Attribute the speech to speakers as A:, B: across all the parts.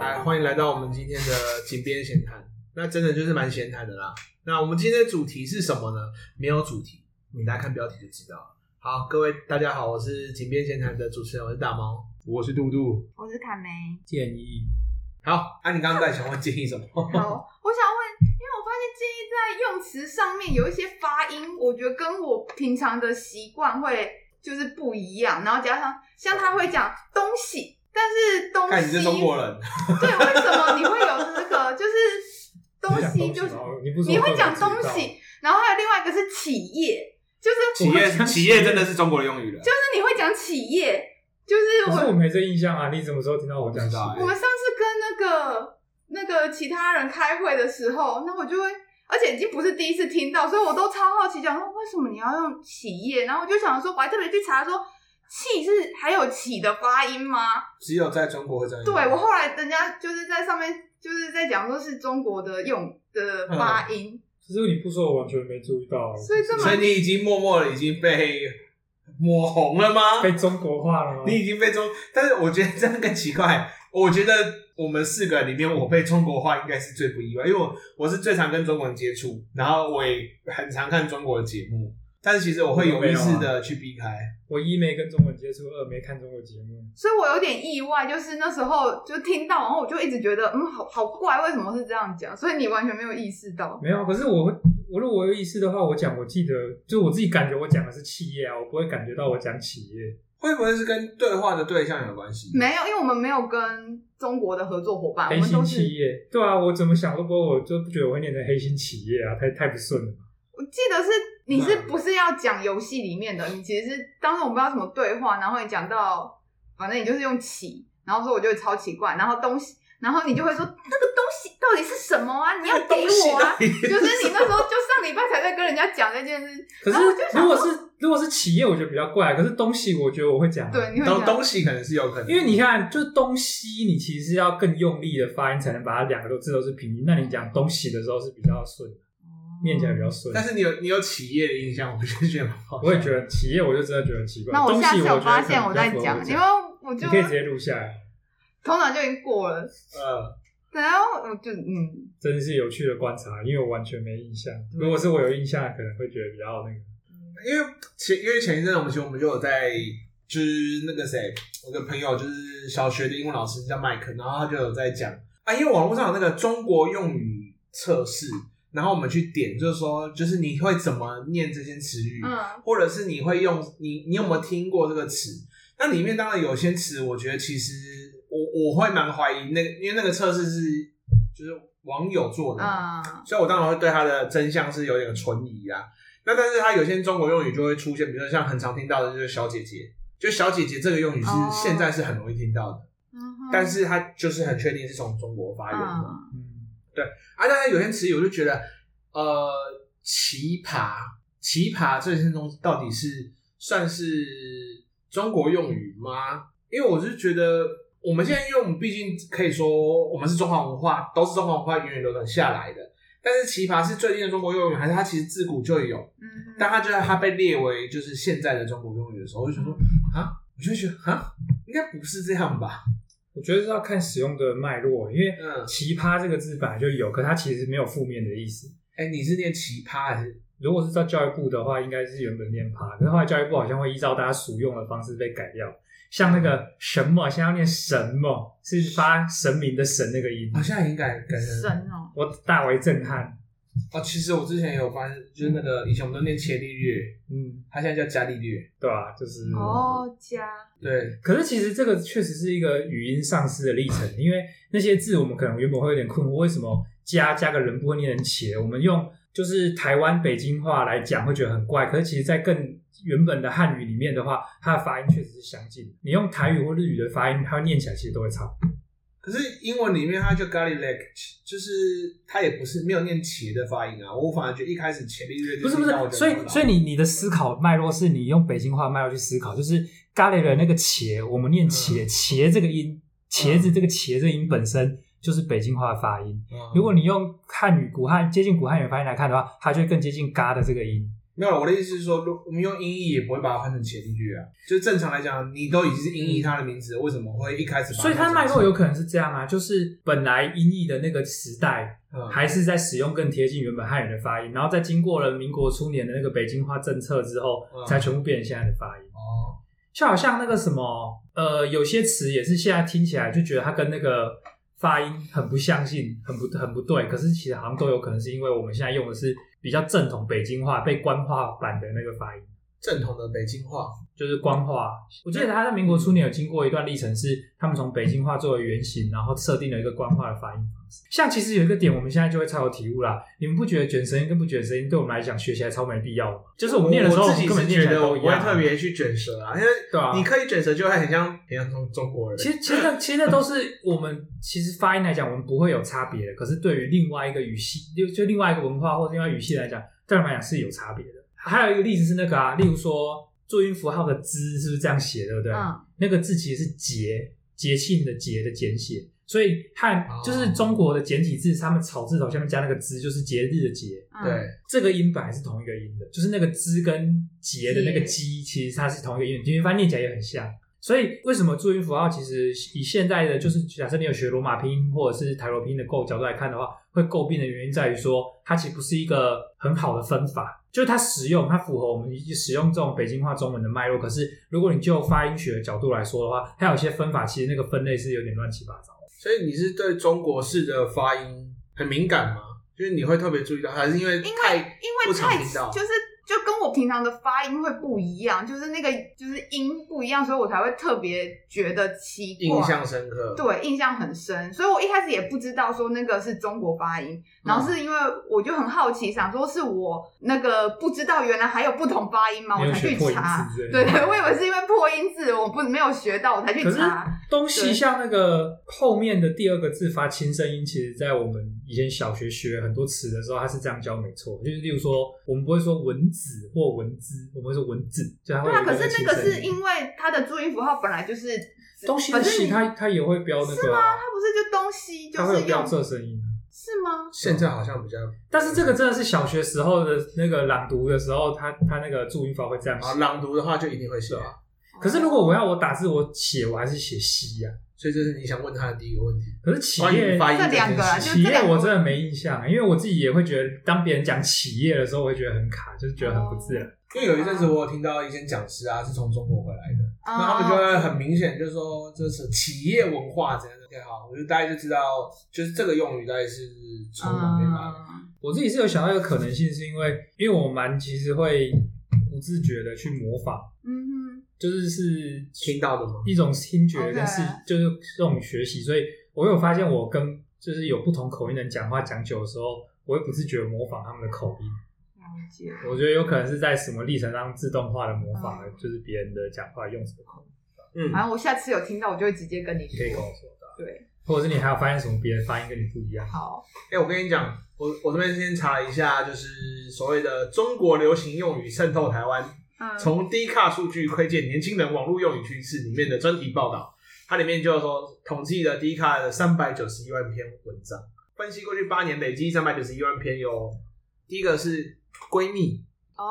A: 来，欢迎来到我们今天的井边闲谈。那真的就是蛮闲谈的啦。那我们今天的主题是什么呢？没有主题，你大家看标题就知道了。好，各位大家好，我是井边闲谈的主持人，我是大猫。
B: 我是杜杜，
C: 我是卡梅。
B: 建议
A: 好，啊那、你刚刚在想我建议什么？
C: 好，我想问，因为我发现建议在用词上面有一些发音，我觉得跟我平常的习惯会就是不一样，然后加上像他会讲东西，但是东西，
A: 看你是中国人，
C: 对，为什么你会有这个？就是东西就是
B: 哦你不说
C: 你会讲
B: 根本
C: 东
B: 不知道
C: 西，然后还有另外一个是企业，就是
A: 企业企业真的是中国的用语了。
C: 就是你会讲企业，就是
B: 可
C: 我
B: 是我没这印象啊！你什么时候听到我讲
A: 不知道欸
B: 起？
C: 我们上次跟那个那个其他人开会的时候，那我就会，而且已经不是第一次听到，所以我都超好奇，讲说为什么你要用企业？然后我就想说，我还特别去查说。气是还有起的发音吗？
A: 只有在中国会这样。
C: 对我后来人家就是在上面就是在讲说是中国的用的发音，
B: 只是你不说，我完全没注意到。
C: 所以这么
A: 所以你已经默默的已经被抹红了吗？
B: 被中国化了吗？
A: 你已经被中，但是我觉得这样更奇怪。我觉得我们四个里面，我被中国话应该是最不意外，因为我我是最常跟中国人接触，然后我也很常看中国的节目，但是其实我会有意识
B: 啊
A: 的去避开。
B: 我一没跟中文接触，二没看中国节目。
C: 所以我有点意外，就是那时候就听到，然后我就一直觉得，嗯，好好怪，为什么是这样讲？所以你完全没有意识到，
B: 没有，可是我会，我如果有意识的话，我讲我记得，就我自己感觉我讲的是企业啊，我不会感觉到我讲企业。
A: 会不会是跟对话的对象有关系？
C: 没有，因为我们没有跟中国的合作伙啊伴，我
B: 黑
C: 们
B: 心
C: 都
B: 企
C: 是。
B: 业，对啊，我怎么想都不会，我就不觉得我会念成黑心企业啊，太太不顺了。
C: 我记得是你是不是要讲游戏里面的？你其实是当时我们不知道怎么对话，然后你讲到，反正你就是用起，然后说我就会超奇怪，然后东西，然后你就会说那个东西到底是什么啊？你要给我啊！
A: 东西
C: 就
A: 到底
C: 是你那时候就上礼拜才在跟人家讲这件事，
B: 可是
C: 啊然后我就想
B: 如果是如果是企业，我觉得比较怪。啊可是东西，我觉得我会讲啊。
C: 对，你会
A: 东
C: 讲
A: 东西可能是有可能，
B: 因为你看，就是东西，你其实是要更用力的发音才能把它两个都字都是平音。那你讲东西的时候是比较顺，念起来比较顺。
A: 但是你有你有企业的印象，我就觉得蛮好笑
B: 我也觉得企业，我就真的觉得很奇怪。
C: 那我
B: 东
C: 下
B: 西
C: 次
B: 我觉
C: 有
B: 得
C: 发
B: 可
C: 现
B: 能
C: 我
B: 比较
C: 再
B: 符合
C: 讲，因为我
B: 你
C: 就
B: 可以直接录下来，
C: 头脑就已经过了，
A: 呃，
C: 然后我就嗯，
B: 真是有趣的观察，因为我完全没印象。如果是我有印象，可能会觉得比较那个。
A: 因为前因为前一阵我们其实我们就有在，就是那个谁，我的朋友就是小学的英文老师叫麦克，然后他就有在讲啊，因为网络上有那个中国用语测试，然后我们去点，就是说就是你会怎么念这些词语，
C: 嗯，
A: 或者是你会用你你有没有听过这个词？那里面当然有些词，我觉得其实我我会蛮怀疑那个，因为那个测试是就是网友做的嘛，
B: 嗯
C: 啊，
A: 所以我当然会对它的真相是有点存疑啊。那但是它有些中国用语就会出现，比如说像很常听到的就是“小姐姐”，就“小姐姐”这个用语是
C: 哦
A: 现在是很容易听到的，
C: 嗯哼
A: 但是它就是很确定是从中国发源的、
C: 嗯，
B: 嗯，
A: 啊。但是有些词语我就觉得，呃，奇葩，奇葩这些东西到底是算是中国用语吗？因为我是觉得我们现在，因为我们毕竟可以说我们是中华文化，都是中华文化源远流长下来的。但是奇葩是最近的中国用语，还是它其实自古就有？
C: 嗯
A: 当它就是它被列为就是现在的中国用语的时候，我就想
C: 嗯
A: 说啊，我就觉得啊，应该不是这样吧？
B: 我觉得是要看使用的脉络，因为
A: 嗯
B: “奇葩”这个字本来就有，可它其实没有负面的意思。
A: 哎、你是念奇葩还是？
B: 如果是照教育部的话，应该是原本念趴，可是后来教育部好像会依照大家俗用的方式被改掉，像那个什么，现在要念什么，是发神明的神那 个音
A: 好。像已经改改成
C: 神哦，
B: 我大为震撼，
A: 哦，其实我之前有发现，就是那个以前我们都念伽利略，
B: 嗯，
A: 它现在叫伽利略。
B: 对吧、就是，
C: 哦加，
A: 对，
B: 可是其实这个确实是一个语音丧失的历程，因为那些字我们可能原本会有点困惑，为什么加加个人不会念成茄？我们用就是台湾北京话来讲会觉得很怪，可是其实，在更原本的汉语里面的话，它的发音确实是相近的。你用台语或日语的发音，它念起来其实都会差不多。
A: 可是英文里面它叫 garlic，就是它也不是没有念茄的发音啊。我反而觉得一开始伽利略就
B: 不是不
A: 一到我
B: 是，
A: 的
B: 所以
A: 头脑
B: 所以你你的思考脉络是你用北京话脉络去思考，就是咖喱的那个茄，我们念茄、茄这个音，茄子这个茄这个音本身就是北京话的发音。
A: 嗯
B: 如果你用汉语古汉接近古汉语的发音来看的话，它就会更接近嘎的这个音。
A: 没有，我的意思是说，如我们用音译也不会把它换成前一句啊。就是正常来讲，你都已经是音译它的名字，为什么会一开始把它
B: 嗯所以它
A: 换成
B: 脉络
A: 前
B: 有可能是这样啊，就是本来音译的那个时代
A: 嗯
B: 还是在使用更贴近原本汉语的发音，然后在经过了民国初年的那个北京话政策之后，
A: 嗯
B: 才全部变成现在的发音。
A: 哦，
B: 就好像那个什么，呃，有些词也是现在听起来就觉得它跟那个发音很不相信，很不很不对。可是其实好像都有可能是因为我们现在用的是比较正统北京话被官话版的那个发音，
A: 正统的北京话，
B: 就是官话。我记得他在民国初年有经过一段历程，是他们从北京话作为原型，然后设定了一个官话的发音方式。像其实有一个点，我们现在就会超有体悟啦。你们不觉得卷舌音跟不卷舌音对我们来讲学起来超没必要的吗？就是我们念的时候，
A: 我自己
B: 根本
A: 是
B: 念起
A: 觉
B: 来
A: 得
B: 都
A: 我
B: 一
A: 不会
B: 样啊。
A: 特别去卷舌啊，因为
B: 对啊，
A: 你可以卷舌，就会很像很像中中国人。
B: 其实，其实那，其实那都是我们其实发音来讲，我们不会有差别的。可是对于另外一个语系，就就另外一个文化或者另外语系来讲，对我们来讲是有差别的。还有一个例子是那个啊，例如说注音符号的“之”是不是这样写，对不对？
D: 嗯，
B: 那个字其实是节节庆的“节”的简写，所以汉
A: 哦
B: 就是中国的简体字，他们草字头下面加那个“之”，就是节日的“节”。
D: 嗯
A: 对，
B: 这个音本来是同一个音的，就是那个之跟节的那个鸡，其实它是同一个音，你会发现念起来也很像。所以为什么注音符号其实以现在的就是假设你有学罗马拼音或者是台罗拼音的构角度来看的话，会诟病的原因在于说它其实不是一个很好的分法，就是它实用，它符合我们使用这种北京话中文的脉络。可是如果你就发音学的角度来说的话，它有些分法其实那个分类是有点乱七八糟的。
A: 所以你是对中国式的发音很敏感吗？就是你会特别注意到，还是因为
C: 因
A: 太
C: 为因
A: 不
C: 为
A: 常
C: 太
A: 听到
C: 就是就跟我平常的发音会不一样，就是那个就是音不一样，所以我才会特别觉得奇怪，
A: 印象深刻？，
C: 对印象很深。所以我一开始也不知道说那个是中国发音，然
B: 嗯
C: 后是因为我就很好奇，想说是我那个不知道原来还有不同发音吗？
B: 没
C: 我
B: 有
C: 才
B: 学
C: 去
B: 破音
C: 查。
B: 字之类的
C: 对对，我以为是因为破音字我不没有学到，我才去
B: 可是
C: 查。
B: 东西
C: 对
B: 像那个后面的第二个字发轻声音，其实在我们以前小学学很多词的时候，它是这样教没错。就是例如说，我们不会说文子或文资，我们会说文字，就它会
C: 对
B: 有
C: 啊，
B: 一
C: 可是
B: 轻
C: 那个
B: 声
C: 是
B: 音
C: 因为它的注音符号本来就是
B: 东西的
C: 反正
B: 西，
C: 你
B: 它它也会标那个啊、
C: 它不是就东西就
B: 它会
C: 是用
B: 有标这声音啊。
C: 是吗？
A: 现在好像比较，
B: 但是这个真的是小学时候的那个朗读的时候，它它那个注音法会这样
A: 啊，
B: 写。
A: 朗读的话就一定会是啊。
B: 可是如果我要我打字，我写我还是写西呀、
A: 所以这是你想问他的第一个问题，
B: 可是企
A: 关于
B: 业
A: 发音
C: 这
A: 件
C: 两个啊
A: 事
C: 就
A: 情
B: 企业我真的没印象，欸因为我自己也会觉得，当别人讲企业的时候，我会觉得很卡，就是觉得很不自
C: 哦
B: 然。
A: 因为有一阵子我有听到一些讲师啊是从中国回来的，
C: 啊
A: 那他们就会很明显就说这是企业文化怎样怎样。好，我就大概就知道，就是这个用语大概是从哪边来的。
C: 嗯
B: 我自己是有想到一个可能性，是因为因为我蛮其实会不自觉的去模仿，
C: 嗯
B: 就是是
A: 听到的吗
B: 一种听觉跟是
C: OK
B: 就是这种学习，所以我有发现我跟就是有不同口音的人讲话讲久的时候，我会不自觉地模仿他们的口音。
C: 哼，了解。
B: 我觉得有可能是在什么历程当中自动化的模仿
C: 嗯
B: 了，就是别人的讲话用什么口音，
A: 嗯
C: 反正我下次有听到，我就会直接跟你
B: 你可以跟我
C: 说。
B: 说的，
C: 对，
B: 或者是你还有发现什么别人发音跟你不一样。
C: 好，
A: 哎、我跟你讲，我我这边先查了一下，就是所谓的中国流行用语渗透台湾，
C: 嗯，
A: 从低卡数据窥见年轻人网络用语趋势里面的专题报道，它里面就说统计了低卡的三百九十一万篇文章，分析过去八年累积三百九十一万篇有，第一个是闺蜜，
C: 哦，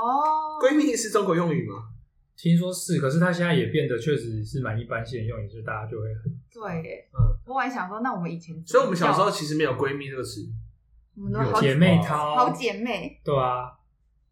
A: 闺蜜是中国用语吗？
B: 听说是，可是它现在也变得确实是蛮一般性的用语，就是大家就会很
C: 对耶，
A: 嗯，
C: 我还想说，那我们以前，
A: 所以我们小时候，其实没有闺蜜这个词，
C: 我们都好
B: 姐妹淘，
C: 好姐妹，
B: 对啊，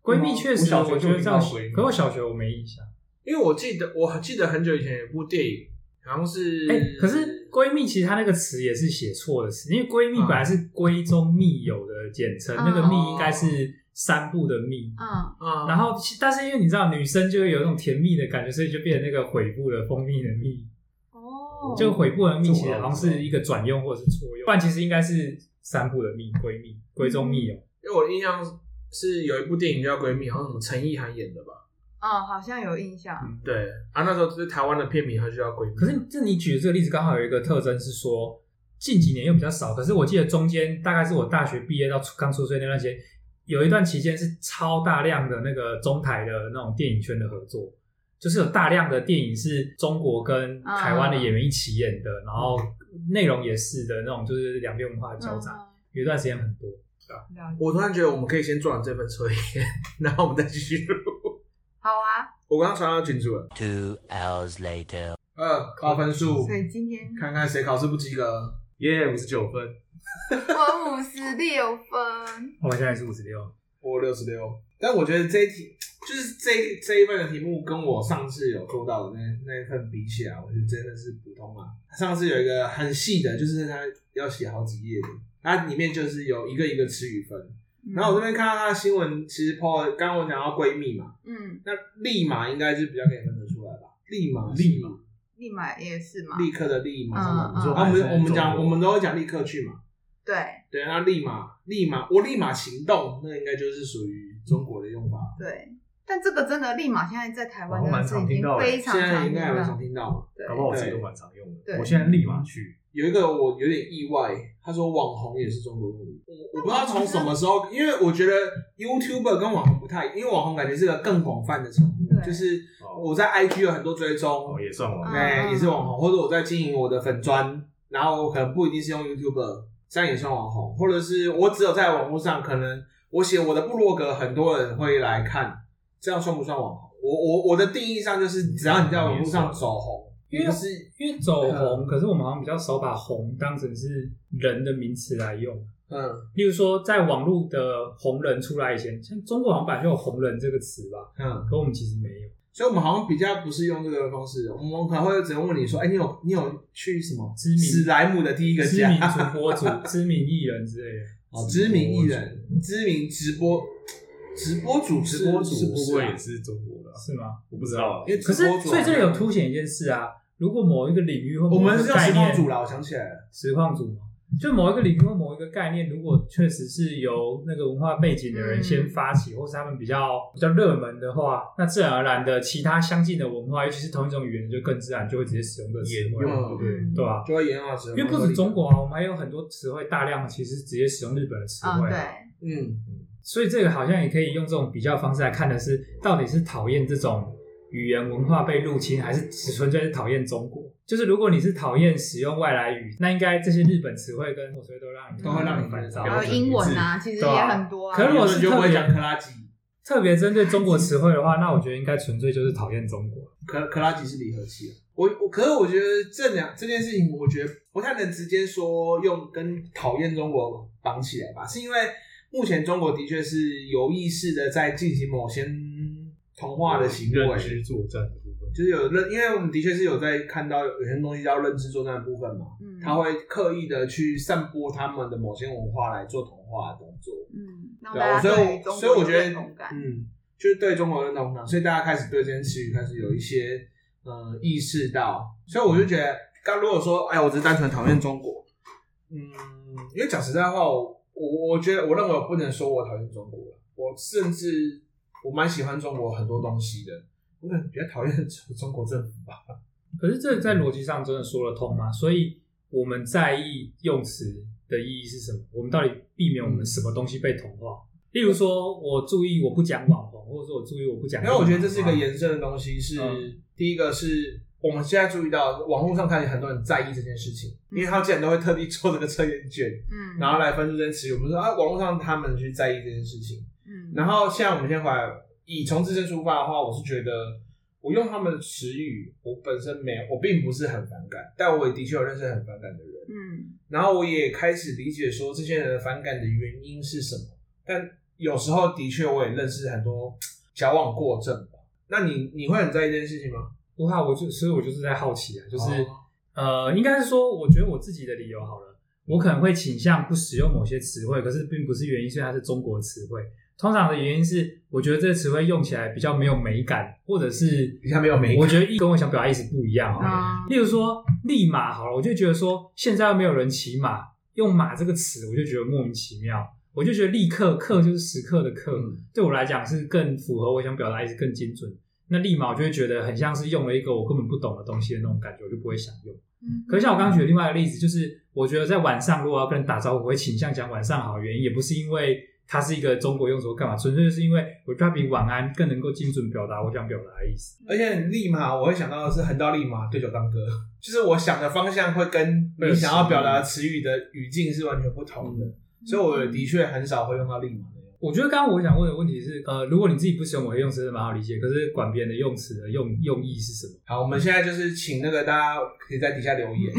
B: 闺蜜确实，
A: 我小学
B: 我觉得
A: 就遇
B: 这
A: 到
B: 样
A: 闺蜜，
B: 可我小学我没印象。
A: 因为我记得我记得很久以前有部电影，好像是
B: 哎、可是闺蜜其实它那个词也是写错的词，因为闺蜜
A: 嗯
B: 本来是闺中密友的简称，
C: 嗯
B: 那个密应该是三部的密。
C: 嗯，
A: 啊，
B: 然后其，但是因为你知道，女生就会有一种甜蜜的感觉，所以就变成那个悔部的蜂蜜的蜜。
C: 哦，
B: 就悔部的蜜其实好像是一个转用或者是错用，不然其实应该是三部的蜜，闺蜜、闺中密友。
A: 因为我的印象是有一部电影叫《闺蜜》，好像什么陈意涵演的吧？
C: 嗯，好像有印象，
A: 对啊，那时候就是台湾的片名，它就叫《闺蜜》。
B: 可是这你举的这个例子刚好有一个特征是说，近几年又比较少。可是我记得中间大概是我大学毕业到出刚出社会那段时间，有一段期间是超大量的那个中台的那种电影圈的合作，就是有大量的电影是中国跟
C: 啊
B: 台湾的演员一起演的，然后内容也是的那种，就是两边文化交杂，
C: 嗯
B: 有一段时间很多。
C: 了解
A: 我突然觉得我们可以先做完这份测验， 然后我们再继续录。
C: 好啊，
A: 我刚刚传到群主了，
D: Two hours later.
A: 呃，高分数
C: 所，以今天
A: 看看谁考试不及格。耶，五十九分，
C: 我五十六分，
B: 我现在是五十六，
A: 我六十六。但我觉得这一题就是这这一份的题目，跟我上次有做到的那那一份比起来，我觉得真的是普通啊。上次有一个很细的，就是它要写好几页的，它里面就是有一个一个词语分。然后我这边看到它的新闻，其实 PO 了刚刚我讲到闺蜜嘛，
C: 嗯，
A: 那立马应该是比较可以分得出来吧？立马是
E: 立马
C: 立马也是嘛，
A: 立刻的立马
C: 嗯
A: 上的
C: 嗯
A: 马，啊我们我们讲我们都会讲立刻去嘛，
C: 对
A: 对，那立马立马我立马行动，那应该就是属于中国的用法，
C: 对。但这个真的立马现在在台湾
E: 哦
C: 真的
E: 蛮
C: 是
E: 常
C: 已
E: 听
C: 经
E: 到的
C: 非常
A: 现在
C: 常
A: 应该还蛮常
C: 到，
A: 听到嘛。
C: 对
E: 搞不好我自己都蛮常用
C: 对
E: 的。我现在立马去，
A: 有一个我有点意外，他说网红也是中国用语，我我不知道从什么时候，因为我觉得 YouTuber 跟网红不太，因为网红感觉是个更广泛的称呼，
C: 对
A: 就是
E: 哦
A: 我在 IG 有很多追踪
E: 哦，，也算我
C: 嗯
A: 哎、也是网红，或者我在经营我的粉砖，然后我可能不一定是用 YouTube，这样也算网红，或者是我只有在网络上，可能我写我的部落格，很多人会来看，这样算不算网红？我我我的定义上就是，只要你在网络上走红，
B: 因为
A: 你就是
B: 因为走
A: 啊
B: 红，可是我们好像比较少把红当成是人的名词来用。
A: 嗯
B: 例如说，在网络的红人出来以前，像中国好像本来就有“红人”这个词吧，
A: 嗯，
B: 可我们其实没有。
A: 所以我们好像比较不是用这个方式，我们可能会只能问你说，哎、你有你有去什么
B: 知名
A: 史莱姆的第一个
B: 知
A: 家
B: 名？主播主、知名艺人之类的，
A: 哦知名艺人、知名直播直播主是、
E: 直播主
A: 是不
E: 会
A: 是
E: 不会
A: 啊
E: 也是中国的啊？
B: 是吗？
E: 我不知道啊，
A: 因为
B: 可是
A: 直播，主啊
B: 所以这里有凸显一件事啊。如果某一个领域或
A: 我
B: 某
A: 们
B: 一
A: 是
B: 个
A: 用
B: 概
A: 实
B: 念
A: 况组啦，我想起来了，
B: 实况组嘛，就某一个领域或某一个概念，如果确实是由那个文化背景的人
C: 嗯
B: 先发起，或是他们比较比较热门的话，那自然而然的其他相近的文化，尤其是同一种语言，就更自然就会直接使用这个词汇
E: 沿
A: 用
B: 了，对
C: 嗯
B: 对吧？
A: 就会演化成。
B: 因为不止中，国啊，我们还有很多词汇，大量其实直接使用日本的词
C: 啊
B: 汇、啊
C: 对，
A: 嗯，
B: 所以这个好像也可以用这种比较方式来看的是，到底是讨厌这种语言文化被入侵，还是只纯粹是讨厌中国？就是如果你是讨厌使用外来语，那应该这些日本词汇跟我词汇都让你
A: 都会让你
B: 烦躁。
A: 了
C: 还有
A: 解
C: 英文啊，其实
B: 对
C: 也
B: 啊
C: 很多啊。
B: 可是如果
A: 你
B: 是
A: 就不
B: 特
A: 会
B: 别
A: 讲克拉吉，
B: 特别针对中国词汇的话，那我觉得应该纯粹就是讨厌中国。
A: 克克拉吉是离合器啊。我我可是我觉得这两这件事情，我觉得不太能直接说用跟讨厌中国绑起来吧，是因为目前中国的确是有意识的在进行某些同化的行为
E: 嗯认，知作战的部分，
A: 就是有认，因为我们的确是有在看到有些东西叫认知作战的部分嘛，
C: 嗯
A: 他会刻意的去散播他们的某些文化来做同化的动作。
C: 嗯，让
A: 对
C: 大
A: 啊，
C: 家
A: 所以
C: 对于
A: 我
C: 中
A: 所以我
C: 国
A: 觉
C: 有
A: 得
C: 认同，感。
A: 嗯，就是对中国有认同感，所以大家开始对这件事情开始有一些呃意识到，所以我就觉得，刚如果说，哎，我只是单纯讨厌中国，嗯，因为讲实在话，我我我觉得我认为我不能说我讨厌中国了，我甚至我蛮喜欢中国很多东西的，我可能比较讨厌 中中国政府吧，
B: 可是这在逻辑上真的说得通吗？所以我们在意用词的意义是什么？我们到底避免我们什么东西被同化？例如说，我注意我不讲网红，或者说我注意我不讲。
A: 因为我觉得这是一个延伸的东西是，
B: 嗯
A: 第一个是我们现在注意到网络上开始很多人在意这件事情，因为他既然都会特地做这个测验卷，
C: 嗯，
A: 然后来分出这些词语，我们说啊，网络上他们去在意这件事情。
C: 嗯，
A: 然后现在我们先回来，以从自身出发的话，我是觉得我用他们的词语，我本身没有，我并不是很反感，但我也的确有认识很反感的人。
C: 嗯
A: 然后我也开始理解说这些人的反感的原因是什么。但有时候的确我也认识很多矫枉过正吧。那你你会很在意这件事情吗？
B: 不怕，我就所以我就是在好奇啊，就是、
A: 哦
B: 呃，应该是说，我觉得我自己的理由好了，我可能会倾向不使用某些词汇，可是并不是原因是它是中国词汇。通常的原因是，我觉得这个词汇用起来比较没有美感，或者是
A: 比较没有美感
B: 我觉得意跟我想表达意思不一样啊。
C: 啊，
B: 例如说立马好了，我就觉得说现在又没有人骑马，用马这个词我就觉得莫名其妙。我就觉得立刻刻就是时刻的刻，
A: 嗯
B: 对我来讲是更符合我想表达意思更精准。那立马我就会觉得很像是用了一个我根本不懂的东西的那种感觉，我就不会想用。
C: 嗯
B: 可是像我刚刚举的另外一个例子，就是我觉得在晚上如果要跟人打招呼，我会倾向讲晚上好，原因也不是因为它是一个中国用词或干嘛，纯粹就是因为我觉得它比晚安更能够精准表达我想表达的意思。
A: 而
C: 嗯
A: 且立马我会想到的是横刀立马对酒当 歌，就是我想的方向会跟你想要表达的词语的语境是完全不同的。所以
C: 嗯
A: 我的确很少会用到立马的用
B: 我觉得刚刚我想问的问题是，呃，如果你自己不使用某些用词，是蛮好理解。可是管别人的用词的用用意是什么？
A: 好，我们现在就是请那个大家可以在底下留言，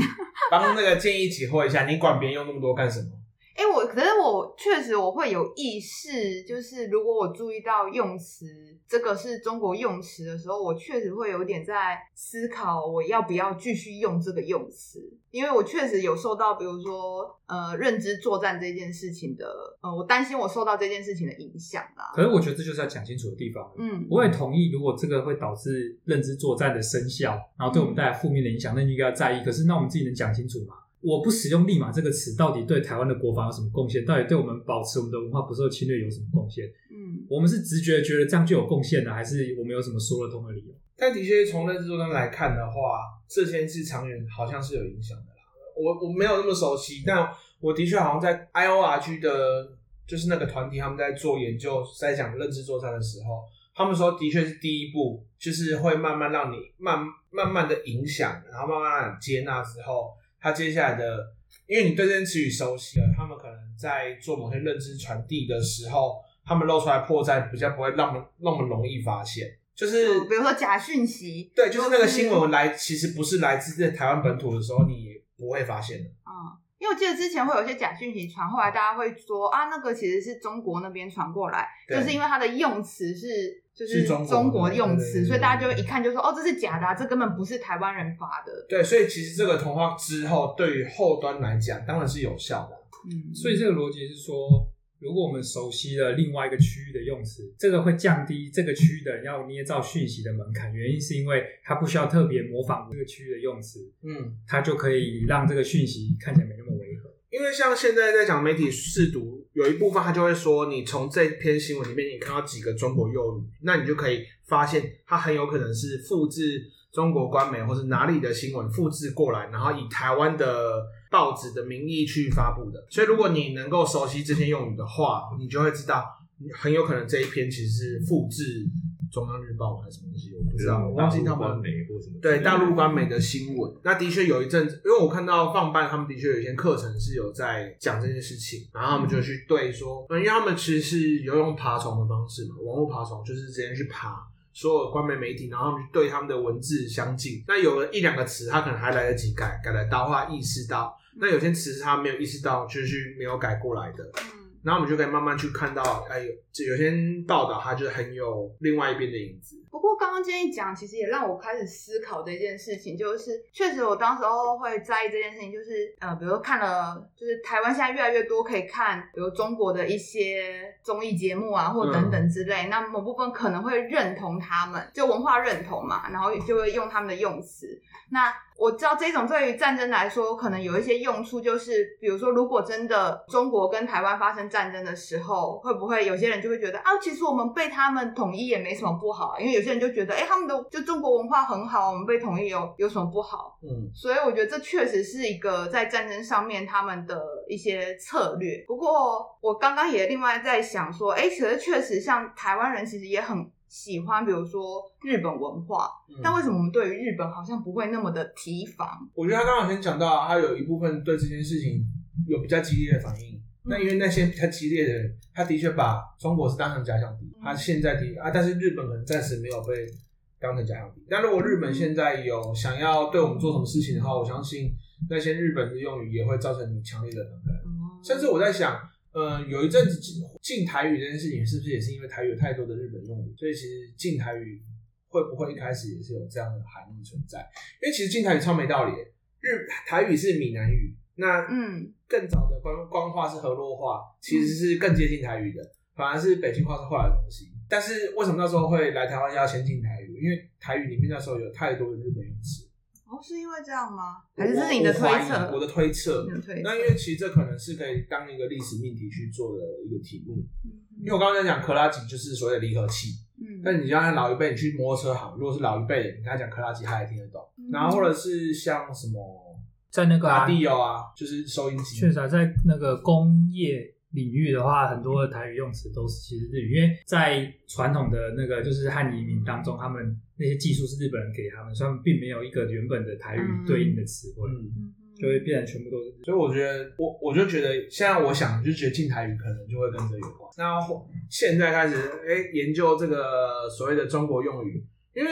A: 帮那个建议起惑一下，你管别人用那么多干什么？
C: 哎、我可是我确实我会有意识，就是如果我注意到用词这个是中国用词的时候，我确实会有点在思考我要不要继续用这个用词，因为我确实有受到，比如说呃认知作战这件事情的，呃，我担心我受到这件事情的影响啦。
B: 可是我觉得这就是要讲清楚的地方。
C: 嗯，
B: 我也同意，如果这个会导致认知作战的生效，然后对我们带来负面的影响，那应该要在意。可是，那我们自己能讲清楚吗？我不使用“立马”这个词，到底对台湾的国防有什么贡献？到底对我们保持我们的文化不受侵略有什么贡献？
C: 嗯
B: 我们是直觉觉得这样就有贡献呢，还是我们有什么说得通的理由？
A: 但的确从认知作战来看的话，这件事长远好像是有影响的啦。我我没有那么熟悉，但我的确好像在 IORG 的，就是那个团体他们在做研究，在讲认知作战的时候，他们说的确是第一步，就是会慢慢让你慢慢慢的影响，然后慢慢让你接纳之后，他接下来的，因为你对这件词语熟悉了，他们可能在做某些认知传递的时候，他们露出来破绽比较不会那么那么容易发现。就是
C: 比如说假讯息
A: 对，就是那个新闻来，其实不是来自这台湾本土的时候，你也不会发现的。
C: 啊、因为我记得之前会有一些假讯息传，后来大家会说啊，那个其实是中国那边传过来，
A: 对
C: 就是因为它的用词是就是
A: 中国的
C: 中国
A: 对
C: 用
A: 对
C: 词，
A: 对
C: 所以大家就会一看就说哦，这是假的啊、这根本不是台湾人发的。
A: 对，所以其实这个童话之后，对于后端来讲，当然是有效的。
C: 嗯，
B: 所以这个逻辑是说，如果我们熟悉了另外一个区域的用词，这个会降低这个区域的人要捏造讯息的门槛。原因是因为它不需要特别模仿这个区域的用词，
A: 嗯，
B: 它就可以让这个讯息看起来没那么违和。
E: 嗯
A: 因为像现在在讲媒体试读，有一部分他就会说，你从这篇新闻里面，你看到几个中国用语，那你就可以发现，它很有可能是复制中国官媒或是哪里的新闻复制过来，然后以台湾的报纸的名义去发布的。所以，如果你能够熟悉这些用语的话，你就会知道，很有可能这一篇其实是复制中央日报还是什么东西，我不知道，我忘记他
E: 大
A: 们
E: 陆美或什么之类
A: 对
E: 的
A: 大陆官媒的新闻，那的确有一阵子，因为我看到放办他们的确有一些课程是有在讲这件事情，然后他们就去对说，嗯因为他们其实是有用爬虫的方式嘛，网络爬虫就是直接去爬所有官媒媒体，然后他们去对他们的文字相近。那有了一两个词，他可能还来得及改，改得到或他意识到，那有些词是他没有意识到，就是没有改过来的。
C: 嗯
A: 然后我们就可以慢慢去看到，哎，有有些报道它就是很有另外一边的影子。
C: 不过刚刚今天讲，其实也让我开始思考这件事情，就是确实我当时候会在意这件事情，就是呃，比如说看了，就是台湾现在越来越多可以看，比如中国的一些综艺节目啊，或等等之类，那某部分可能会认同他们，就文化认同嘛，然后就会用他们的用词。那我知道这种对于战争来说，可能有一些用处，就是比如说，如果真的中国跟台湾发生战争的时候，会不会有些人就会觉得啊，其实我们被他们统一也没什么不好啊，因为有些人就觉得，哎、他们的就中国文化很好，我们被统一有有什么不好？
A: 嗯，
C: 所以我觉得这确实是一个在战争上面他们的一些策略。不过我刚刚也另外在想说，哎、其实确实像台湾人其实也很喜欢，比如说日本文化，
A: 嗯
C: 但为什么我们对于日本好像不会那么的提防？
A: 我觉得他刚刚先讲到，他有一部分对这件事情有比较激烈的反应。那因为那些比较激烈的人，他的确把中国是当成假想敌，他现在的啊，但是日本可能暂时没有被当成假想敌。但如果日本现在有想要对我们做什么事情的话，我相信那些日本的用语也会造成你强烈的反感。甚至我在想，呃，有一阵子禁禁台语这件事情，是不是也是因为台语有太多的日本用语，所以其实禁台语会不会一开始也是有这样的含义存在？因为其实禁台语超没道理，日台语是闽南语，那
C: 嗯
A: 更早的官官话是河洛话，其实是更接近台语的，反而是北京话是后来的东西。但是为什么那时候会来台湾要先进台语？因为台语里面那时候有太多的日本用词，
C: 哦，是因为这样吗？还是这是你的推
A: 我我怀
C: 测？
A: 疑我的推测
C: 你，的推测
A: 那因为其实这可能是可以当一个历史命题去做的一个题目，因为我刚刚在讲克拉吉就是所谓的离合器，
C: 嗯
A: 但你让老一辈你去摩托车行，如果是老一辈人，你跟他讲克拉吉，他也听得懂。
C: 嗯
A: 然后或者是像什么
B: 在那个、
A: 拉
B: 啊、
A: 蒂欧啊，就是收音机，
B: 确实、啊，在那个工业领域的话，很多的台语用词都是其实日语，因为在传统的那个就是汉移民当中，他们那些技术是日本人给他们，所以他们并没有一个原本的台语对应的词汇。
A: 嗯，
C: 嗯哼
B: 就会变成全部都是
A: 所以我觉得，我我就觉得，现在我想就觉得近台语可能就会跟这有关。那后现在开始，哎、研究这个所谓的中国用语，因为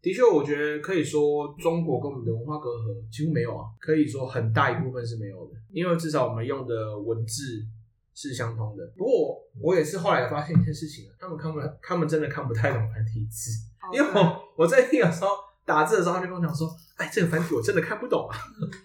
A: 的确，我觉得可以说中国跟我们的文化隔阂几乎没有啊，可以说很大一部分是没有的，因为至少我们用的文字是相通的。不过我我也是后来发现一件事情啊，他们看不他们真的看不太懂繁体字，因为
C: 哦
A: 我我最近有时候打字的时候，他就跟我讲说，哎，这个繁体我真的看不懂啊。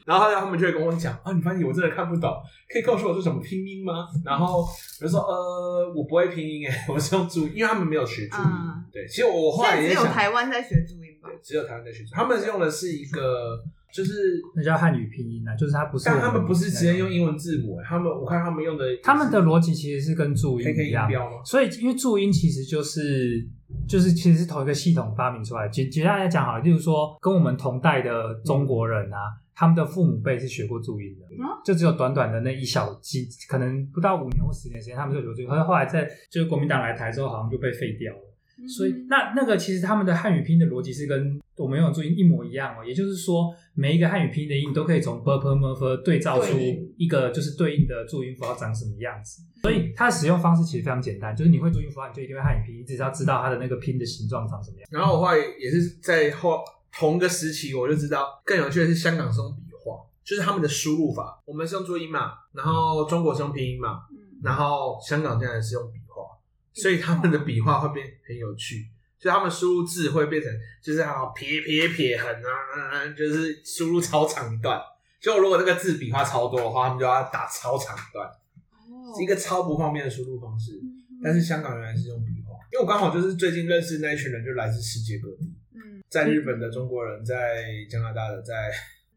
A: 然后他们就会跟我讲，啊，你繁体我真的看不懂，可以告诉我是什么拼音吗？然后我就说，呃，我不会拼音， 哎，我是用注音，因为他们没有学注音。
C: 嗯
A: 对，其实我后
C: 现
A: 来
C: 在
A: 也
C: 只有
A: 想，
C: 台湾在学注音吧？
A: 对只有台湾在学注音，他们用的是一个，就是，
B: 那叫汉语拼音啊，就是它不是
A: 但
B: 我们
A: 他们不是直接用
B: 那个
A: 英文字母，哎他们我看他们用的也是，
B: 他们的逻辑其实是跟注
A: K
B: 音
A: K
B: 一
A: 音
B: 样，
A: 标吗？
B: 所以因为注音其实就是就是其实是同一个系统发明出来的。简简单来讲好了，例如说跟我们同代的中国人啊，他们的父母辈是学过注音的，
C: 嗯
B: 就只有短短的那一小几，可能不到五年或十年时间，他们就学过注音。可是后来在就是国民党来台之后，好像就被废掉了。所以
C: 嗯
B: 那那个其实他们的汉语拼音的逻辑是跟我们用的注音一模一样哦，也就是说每一个汉语拼音的音都可以从 b p m f 对照出
C: 对嗯
B: 一个就是对应的注音符号长什么样子，所以它的使用方式其实非常简单，就是你会注音符号，你就一定会汉语拼音，只是要知道它的那个拼的形状长什么样。
A: 然后我后来也是在后同个时期，我就知道更有趣的是香港是用笔画，就是他们的输入法，我们是用注音嘛，然后中国是用拼音嘛，
C: 嗯
A: 然后香港竟然是用笔画，所以他们的笔画会变很有趣，所以他们输入字会变成就是啊撇撇撇横啊，就是输入超长一段。就如果那个字笔画超多的话，他们就要打超长一段，
C: 哦
A: 是一个超不方便的输入方式。
C: 嗯
A: 但是香港原来是用笔画，因为我刚好就是最近认识那一群人，就来自世界各地，
C: 嗯
A: 在日本的中国人，在加拿大的，在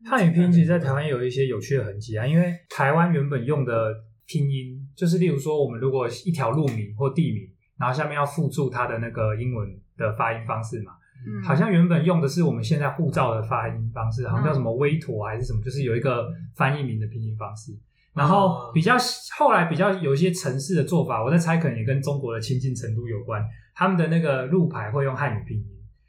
B: 汉语拼音其实，在台湾有一些有趣的痕迹啊，因为台湾原本用的拼音，就是例如说，我们如果一条路名或地名，然后下面要附注它的那个英文的发音方式嘛，
C: 嗯
B: 好像原本用的是我们现在护照的发音方式，好像叫什么微陀还是什么，就是有一个翻译名的拼音方式。然
C: 哦
B: 后比较后来比较有一些城市的做法，我在猜可能也跟中国的亲近程度有关，他们的那个路牌会用汉语拼音，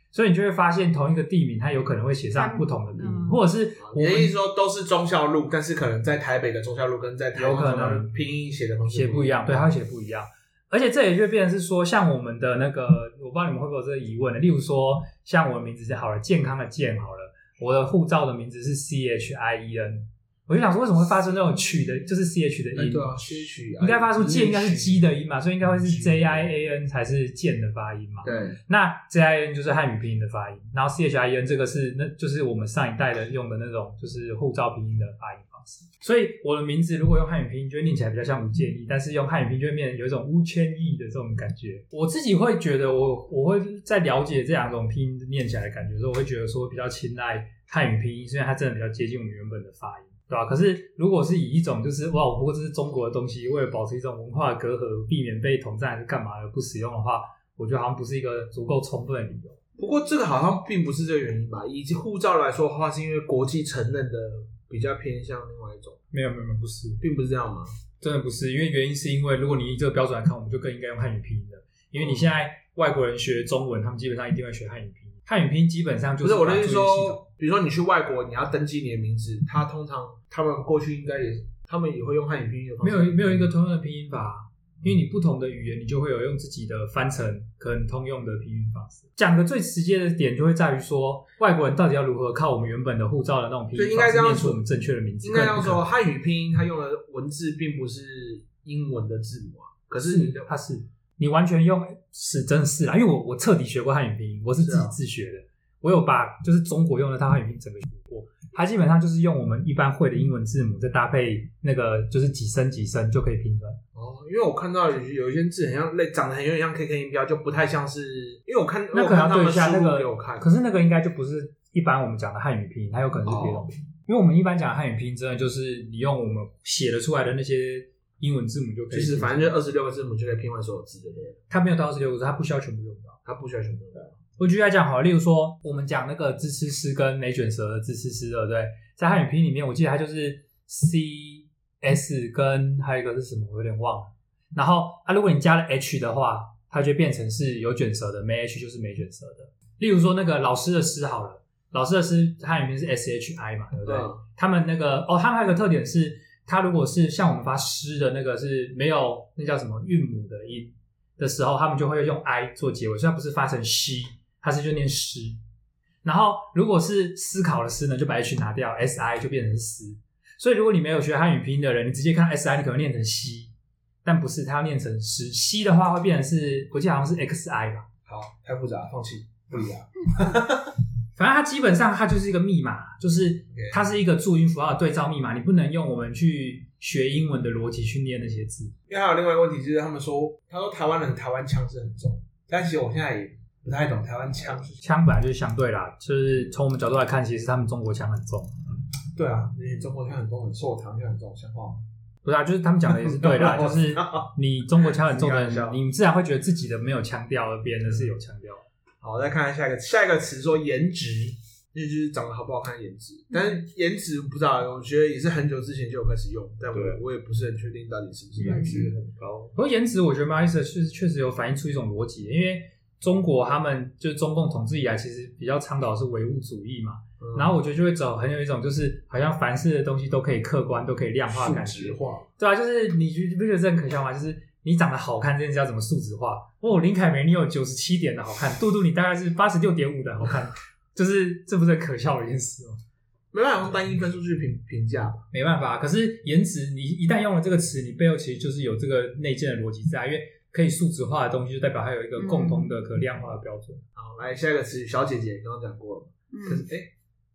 B: 所以你就会发现同一个地名它有可能会写上不同的拼音，
C: 嗯
B: 或者是我
A: 你
B: 们
A: 的意思说都是忠孝路，但是可能在台北的忠孝路跟在台湾的忠孝
B: 有可
A: 路
B: 能
A: 拼音写的方式
B: 写不一样，对，它会写不一样。而且这也就变成是说，像我们的那个，我不知道你们会不会有这个疑问的。例如说，像我的名字是好了，健康的健好了，我的护照的名字是 C H I E N，我就想说，为什么会发生那种取的，就是 C H E 的
A: 哎
B: 音？
A: 对啊，吸取
B: 应该发出
A: 鸡
B: 健应该是鸡的音嘛，所以应该会是 J I A N 才是健的发音嘛。
A: 对，
B: 那 J I N 就是汉语拼音的发音，然后 C H I N 这个是那就是我们上一代的用的那种就是护照拼音的发音方式。所以我的名字如果用汉语拼音，就会念起来比较像吴建义，但是用汉语拼音就会变成有一种吴千义的这种感觉。我自己会觉得我我会在了解这两种拼音念起来的感觉的时候，我会觉得说比较青睐汉语拼音，虽然它真的比较接近我们原本的发音。对吧？可是如果是以一种就是哇，我不过这是中国的东西，为了保持一种文化隔阂，避免被统战还是干嘛而不使用的话，我觉得好像不是一个足够充分的理由。
A: 不过这个好像并不是这个原因吧？以及护照来说的话，是因为国际承认的比较偏向另外一种，
B: 没有没有没有，不是，
A: 并不是这样吗？
B: 真的不是，因为原因是因为如果你以这个标准来看，我们就更应该用汉语拼音的，因为你现在外国人学中文，他们基本上一定会学汉语拼音，汉语拼音基本上就
A: 不是我
B: 把
A: 的意思
B: 注音系统
A: 说，比如说你去外国，你要登记你的名字，他通常他们过去应该也他们也会用汉语拼音的方
B: 没
A: 式，
B: 有没有一个通用的拼音法，因为你不同的语言，你就会有用自己的翻成可能通用的拼音方式。讲个最直接的点，就会在于说，外国人到底要如何靠我们原本的护照的那种拼
A: 对
B: 音
A: 应该
B: 方
A: 这
B: 式
A: 样
B: 念出
A: 说
B: 我们正确的名字？
A: 应该
B: 根
A: 要
B: 本不
A: 说
B: 可能
A: 汉语拼音，它用的文字并不是英文的字母啊，可是你的
B: 它是你完全用是真的是啊啦，因为我我彻底学过汉语拼音，我是自
A: 是
B: 己
A: 啊
B: 自学的，我有把就是中国用的它汉语拼音整个学过。它基本上就是用我们一般会的英文字母，再搭配那个就是几声几声就可以拼出来。
A: 哦，因为我看到有有一些字很像类，长得很有点像 KK 音标，就不太像是，因为我看
B: 那
A: 我
B: 可
A: 看
B: 能要
A: 他
B: 对一
A: 们
B: 下
A: 输
B: 那
A: 入
B: 个
A: 给我看，
B: 可是那个应该就不是一般我们讲的汉语拼音，它有可能是别
A: 哦
B: 种拼音。因为我们一般讲汉语拼音，真的就是你用我们写得出来的那些英文字母就
A: 就
B: 可以拼出来。
A: 是反正就二十六个字母就可以拼完所有字，对不对？
B: 它没有到二十六个字，它不需要全部用到。
A: 它不需要全部的。
B: 我举例来讲好了，例如说我们讲那个支吃丝跟美卷舌的支吃丝，对不对？在汉语拼音里面，我记得它就是 C S 跟还有一个是什么，我有点忘了。然后啊，如果你加了 H 的话，它就变成是有卷舌的，没 H 就是没卷舌的。例如说那个老师的师好了，老师的诗它里面是 S H I 嘛，对不对？
A: 嗯
B: 他们那个哦，他们还有一个特点是，它如果是像我们发诗的那个是没有那叫什么韵母的音的时候，他们就会用 I 做结尾，所以它不是发成西，它是就念诗。然后如果是思考的思呢，就把 H 拿掉，S I 就变成思。所以如果你没有学汉语拼音的人，你直接看 S I，你可能念成西，但不是，它要念成诗。西的话会变成是，我记得好像是 X I 吧。
A: 好，太复杂了，放弃，不理它。
B: 反正它基本上它就是一个密码，就是它是一个注音符号的对照密码，你不能用我们去学英文的逻辑去念那些字。
A: 因为还有另外一个问题就是，他们说，他说台湾人台湾腔是很重，但其实我现在也不太懂台湾腔是什么。
B: 枪本来就是相对啦，就是从我们角度来看，其实他们中国腔很重，
A: 对啊，因为中国腔很重，很瘦，唐腔很重，像话吗？
B: 不是啊？就是他们讲的也是对啦，就是你中国腔很重的
A: 开玩笑
B: 人，你自然会觉得自己的没有腔调，而别人的是有腔调。
A: 好，再看看下一个，下一个词说颜值，那就是长得好不好看的颜值。但是颜值不知道，啊我觉得也是很久之前就有开始用，但我
E: 对
A: 我也不是很确定到底是不是来
E: 颜
A: 自
E: 值
A: 于
E: 很高，
B: 不过颜值，我觉得蛮有意思的，确实确实有反映出一种逻辑，因为中国他们就是中共统治以来，其实比较倡导的是唯物主义嘛。
A: 嗯
B: 然后我觉得就会走很有一种就是好像凡是的东西都可以客观，都可以量化的
A: 数
B: 感
A: 值
B: 觉，
A: 化，
B: 对啊，就是你觉不觉得这很可笑吗？就是你长得好看这件事要怎么数值化？哦，林凯梅你有九十七点的好看，杜杜你大概是八十六点五的好看， 就是这不是很可笑的一件事吗？
A: 没办法用单一分数去评评价吧。
B: 没办法，可是颜值你一旦用了这个词，你背后其实就是有这个内建的逻辑在，因为可以数值化的东西就代表它有一个共同的可量化的标准。
A: 好，来下一个词，小姐姐刚刚讲过了，可是
C: 嗯，
A: 哎、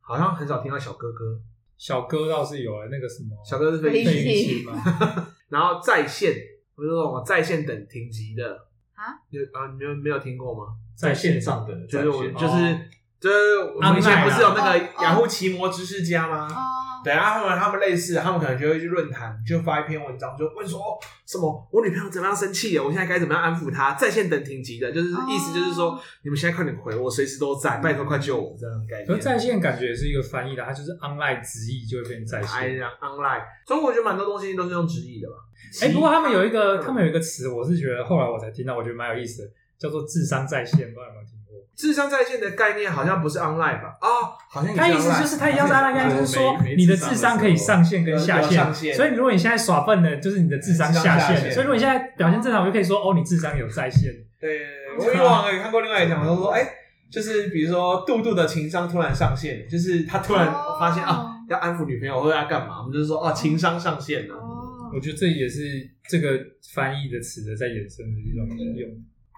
A: 好像很少听到小哥哥，
B: 小哥倒是有了那个什么
A: 小哥哥是被
C: 飞机
B: 费玉清嘛，
A: 然后在线，不是说我在线等停级的
C: 啊？
A: 有啊，你们没有听过吗？
E: 在线上的
A: 就是我们
E: 在线
A: 就是、
B: 哦
A: 就是我们以前
B: Online 啊
A: 不是有那
C: 哦
A: 个
C: 哦
A: 雅虎奇摩知识家吗？
C: 哦，
A: 对啊，他们他们类似，他们可能就会去论坛就发一篇文章，就问说哦什么我女朋友怎么样生气了，我现在该怎么样安抚她？在线等停级的，就是、
C: 哦
A: 意思就是说你们现在快点回我，随时都在，拜托快救我这样的概
B: 可
A: 念
B: 是。在线感觉也是一个翻译的，它就是 online 直译就会变成在
A: 哎
B: 线。
A: 呀，online，中国就蛮多东西都是用直译的吧？
B: 哎、不过他们有一个，他们有一个词，我是觉得后来我才听到，我觉得蛮有意思的，叫做智商在线，不知道有没有听过？
A: 智商在线的概念好像不是 online 吧？哦，好 像也
B: 它意思
A: online
B: 就是它一样的概念，就是说
E: 没没
B: 你的
E: 智商
B: 智
E: 的
B: 商
E: 时
B: 可以
E: 候
B: 上限跟
A: 有
B: 下
A: 有
B: 限，
A: 上限
B: 所以如果你现在耍笨的，就是你的智商
A: 智商
B: 下
A: 下
B: 限。
A: 限
B: 所以如果你现在表现正常，我就可以说哦，你智商有在线。
A: 对，我以往有看过另外一讲，他说，哎、就是比如说杜杜的情商突然上线，就是他突然
C: 哦
A: 发现、啊，要安抚女朋友或者要干嘛，我们就是说啊，情商上线了。
C: 哦
B: 我觉得这也是这个翻译的词的在衍生的一种应用。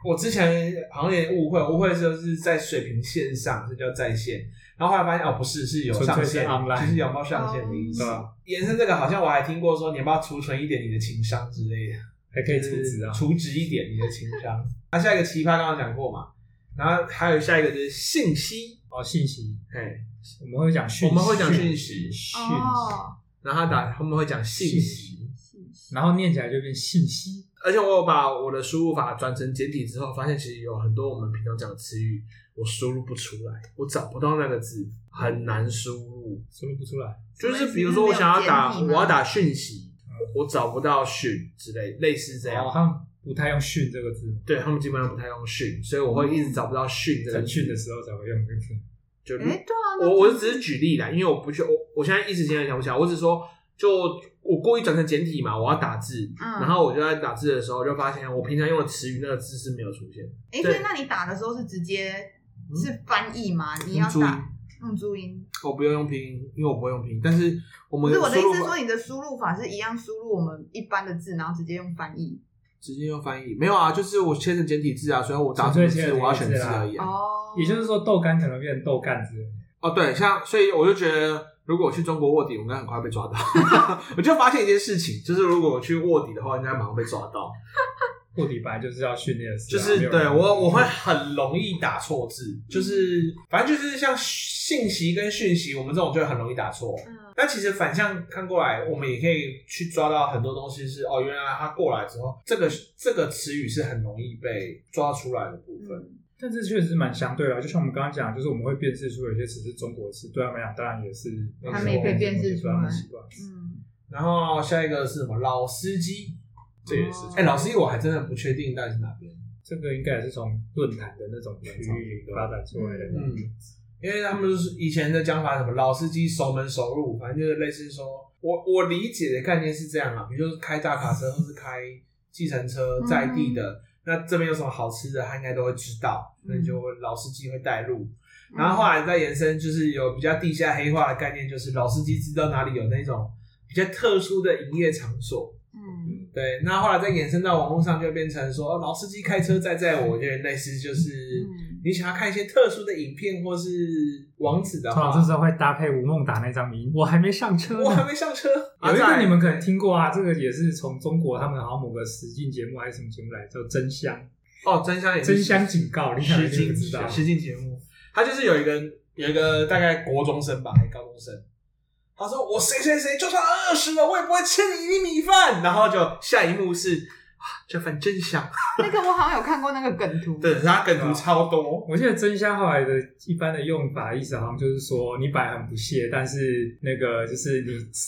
A: 我之前好像有点误会，误会就是在水平线上，这叫在线。然后后来发现哦，不是，是有上
B: 纯粹
A: 限，
B: 是 online
A: 就是有没有上限的意思。
B: 对啊吧
A: 延伸这个，好像我还听过说，你要不要储存一点你的情商之类的，
B: 还可以储值啊，
A: 储值一点你的情商。那、下一个奇葩刚刚讲过嘛，然后还有下一个就是信息，
B: 哦，信息
A: 哎，
B: 我们会讲讯息，
A: 我们会讲讯息，
B: 讯息，
C: 哦，
A: 然后他打他们会讲信息，
B: 然后念起来就变信息。
A: 而且我有把我的输入法转成简体之后，发现其实有很多我们平常讲的词语，我输入不出来，我找不到那个字，很难输入。
B: 输入不出来，
A: 就是比如说，我想要打
C: 什么意思是没有简体
A: 我
C: 吗
A: 要打讯息，我找不到讯之类，类似这样
B: 哦，。他们不太用“训”这个字，
A: 对他们基本上不太用讯，所以我会一直找不到讯这个
B: 在
A: 字
B: 嗯训的时候才会用这个字。
A: 就嗯
C: 哎，对啊，那
A: 我我只是举例啦，因为我不去，我我现在一时间想不起来，我只说就我故意转成简体嘛，我要打字，
C: 嗯
A: 然后我就在打字的时候就发现我平常用的词语那个字是没有出现的，
C: 哎，所以那你打的时候是直接是翻译吗？你要
A: 嗯注意
C: 打用注音？
A: 我不用用拼音，因为我不会用拼音，但是我
C: 不
A: 们
C: 是我的意
A: 输入
C: 思，
A: 法
C: 说你的输入法是一样输入我们一般的字，然后直接用翻译。
A: 直接用翻译没有啊，就是我切成简体字啊，所以我打什么
B: 纯粹切
A: 字
B: 成
A: 我要选字而已啊。
C: 哦，
B: 也就是说，豆干可能变成豆干之类的。
A: 哦，对，像所以我就觉得，如果我去中国卧底，我应该很快被抓到。 我就发现一件事情，就是如果我去卧底的话，应该马上被抓到。
B: 卧底本来就是要训练的事啊，
A: 就是
B: 没有
A: 对
B: 人嗯
A: 我我会很容易打错字，就是反正就是像信息跟讯息，我们这种就会很容易打错。
C: 嗯
A: 那其实反向看过来，我们也可以去抓到很多东西是哦，原来它过来之后，这个这个词语是很容易被抓出来的部分。
C: 嗯
B: 但这确实是蛮相对的啊，就像我们刚刚讲，就是我们会辨识出有些词是中国词，对他们来讲当然也是那个
A: 他们也可以
C: 辨识
B: 习
C: 出
B: 惯
C: 来
B: 习惯。
C: 嗯，
A: 然后下一个是什么？老司机。
E: 这也是
C: 哦
A: 哎、老司机我还真的不确定到底是哪边。
B: 这个应该也是从论坛的那种区域发展出来的。
A: 嗯，因为他们就是以前的讲法，什么老司机熟门熟路，反正就是类似说，我我理解的概念是这样啊，比如说开大卡车或是开计程车
C: 嗯
A: 在地的，那这边有什么好吃的，他应该都会知道，那
C: 嗯
A: 就会老司机会带路。然后后来再延伸，就是有比较地下黑化的概念，就是老司机知道哪里有那种比较特殊的营业场所，
C: 嗯，
A: 对，那后来再衍生到网络上，就变成说、哦、老司机开车载载我，有点类似就是、
C: 嗯
A: 你想要看一些特殊的影片或是网址的
B: 通
A: 话
B: 常，这时候会搭配吴孟达那张名，我还没上车
A: 我还
B: 呢。
A: 没上车。
B: 有一
A: 啊
B: 个你们可能听过啊，这个也是从中国他们好像某个实境节目还是什么节目来，叫《真香
A: 哦，真香也》，是
B: 真香警告，你可能
A: 实
B: 就
A: 境
B: 知道。
A: 实境节目，他就是有一个有一个大概国中生吧，还高中生。他说：“我谁谁谁，就算饿死了，我也不会吃你一粒米饭。”然后就下一幕是啊，这饭真香。
C: 那个我好像有看过那个梗图，
A: 对，啊他梗图超多，
B: 我记得真香后来的一般的用法意思好像就是说，你摆很不屑，但是那个就是你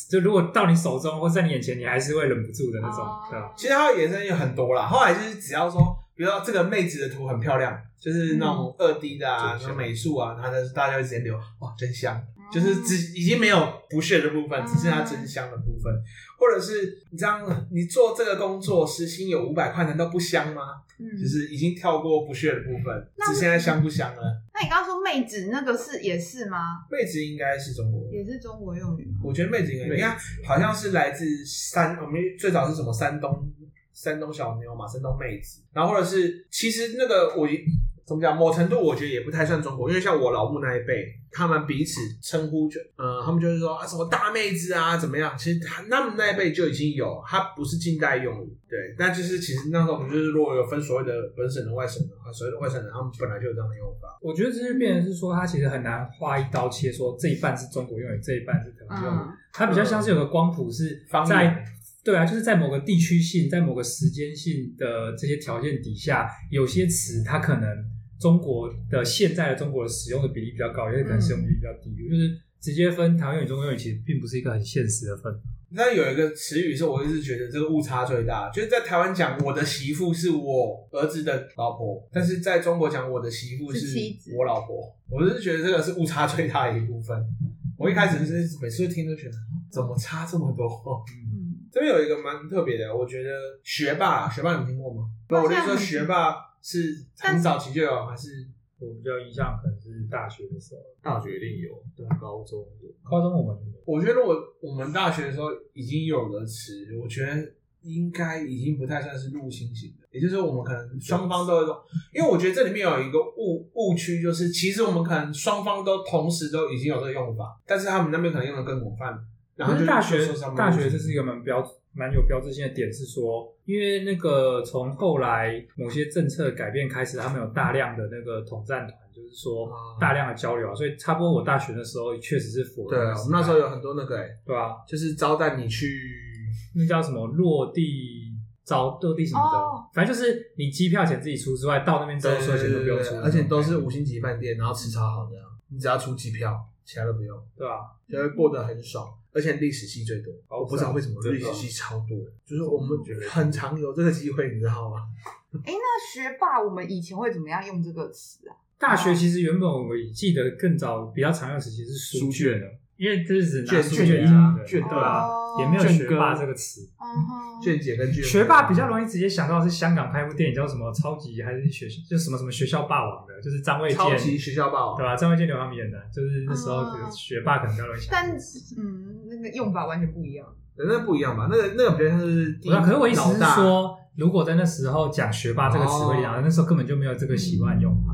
B: 就如果到你手中或在你眼前，你还是会忍不住的那种，对啊吧？
C: 哦，
A: 其实它的延伸有很多啦。后来就是只要说，比如说这个妹子的图很漂亮，就是那种二 D 的啊，
E: 嗯
A: 什么美术啊，然后就是大家就直接留哇，真香，
C: 嗯
A: 就是只已经没有不屑的部分，只剩下真香的部分，或者是你这样，你做这个工作时薪有五百块，难道不香吗？
C: 嗯
A: 就是已经跳过不屑的部分，
C: 那
A: 只现在香不香了？
C: 那你刚刚说妹子那个是也是吗？
A: 妹子应该是中国人。
C: 也是中国用语吗？
A: 我觉得妹子应该，
E: 妹
A: 你
E: 子
A: 看，好像是来自山，我们最早是什么山东山东小妞嘛，山东妹子，然后或者是其实那个我怎么讲，某程度我觉得也不太算中国，因为像我老母那一辈，他们彼此称呼就，呃， 他们就是说啊什么大妹子啊怎么样，其实他他们那一辈就已经有，它不是近代用语，对，但就是其实那时候我们就是如果有分所谓的本省人、外省人和所谓的外省人，他们本来就有这样的用法，
B: 我觉得这是变成是说，它其实很难画一刀切，说这一半是中国用语，这一半是台湾用语。
C: 嗯
B: 它比较像是有个光谱是
A: 方
B: 在
A: 言
B: 对啊，就是在某个地区性、在某个时间性的这些条件底下，有些词它可能中国的现在的中国的使用的比例比较高，有些可能使用比例比较低，就是直接分台湾用语、中国用语，其实并不是一个很现实的分。
A: 那有一个词语是我一直觉得这个误差最大，就是在台湾讲我的媳妇是我儿子的老婆，但是在中国讲我的媳妇
C: 是
A: 是
C: 妻子
A: 我老婆，我是觉得这个是误差最大的一部分。我一开始是每次听都觉得怎么差这么多？
C: 嗯，
A: 这边有一个蛮特别的，我觉得学霸，学霸你听过吗？不，我就说学霸是很早期就有，还是
B: 我比较印象可能是大学的时候，
E: 大学一定有，对，啊高中有。
B: 高中我们没有
A: 我觉得我我们大学的时候已经有的词，我觉得应该已经不太算是入侵型的，也就是我们可能双方都有一种，因为我觉得这里面有一个误误区，就是其实我们可能双方都同时都已经有这个用法，但是他们那边可能用的更广泛，然后
B: 可
A: 就是
B: 大
A: 就
B: 学
A: 说他们
B: 大学
A: 入侵
B: 这是一个蛮标蛮有标志性的点，是说，因为那个从后来某些政策改变开始，他们有大量的那个统战团，就是说
A: 啊
B: 大量的交流啊，所以差不多我大学的时候确实是符合
A: 对
B: 个
A: 啊，
B: 时
A: 我们那时候
B: 代
A: 有很多那个、欸，
B: 对啊，
A: 就是招待你去，
B: 那叫什么落地招落地什么的，
C: 哦
B: 反正就是你机票钱自己出之外，到那边之后所有钱都不用出，
A: 呃而且都是五星级饭店，然后吃超好的啊，你只要出机票，其他都不用。
B: 对吧、
A: 就会过得很爽，而且历史系最多。
B: 好
A: 我不知道为什么
E: 真的
A: 历史系超多，就是我们很常有这个机会，你知道吗？
C: 哎，那学霸我们以前会怎么样用这个词啊？
B: 大学其实原本我记得更早比较常用的时期是书卷的，因为这是拿
A: 卷
B: 书
A: 卷
B: 啊
A: 啊，卷
B: 对
A: 对
B: 啊
C: 哦，
B: 也没有
A: 卷
B: 学霸
A: 哥
B: 这个词。
C: 嗯哼，
A: 卷姐跟卷
B: 学霸比较容易直接想到是香港拍部电影叫什么超级还是学就什么什么学校霸王的，就是张卫健，
A: 超级学
B: 对啊
A: 校霸王，
B: 吧？张卫健、刘航演的，就是那时候
C: 哦
B: 学霸可能比较容易 想到。
C: 但嗯，那个用法完全不一样。
A: 对那不一样吧？那个那个比较像是第
B: 不啊是，可是我意思
A: 老
B: 是
A: 大，
B: 说，如果在那时候讲学霸这个词汇，讲、
A: 哦
B: 那时候根本就没有这个习惯用法。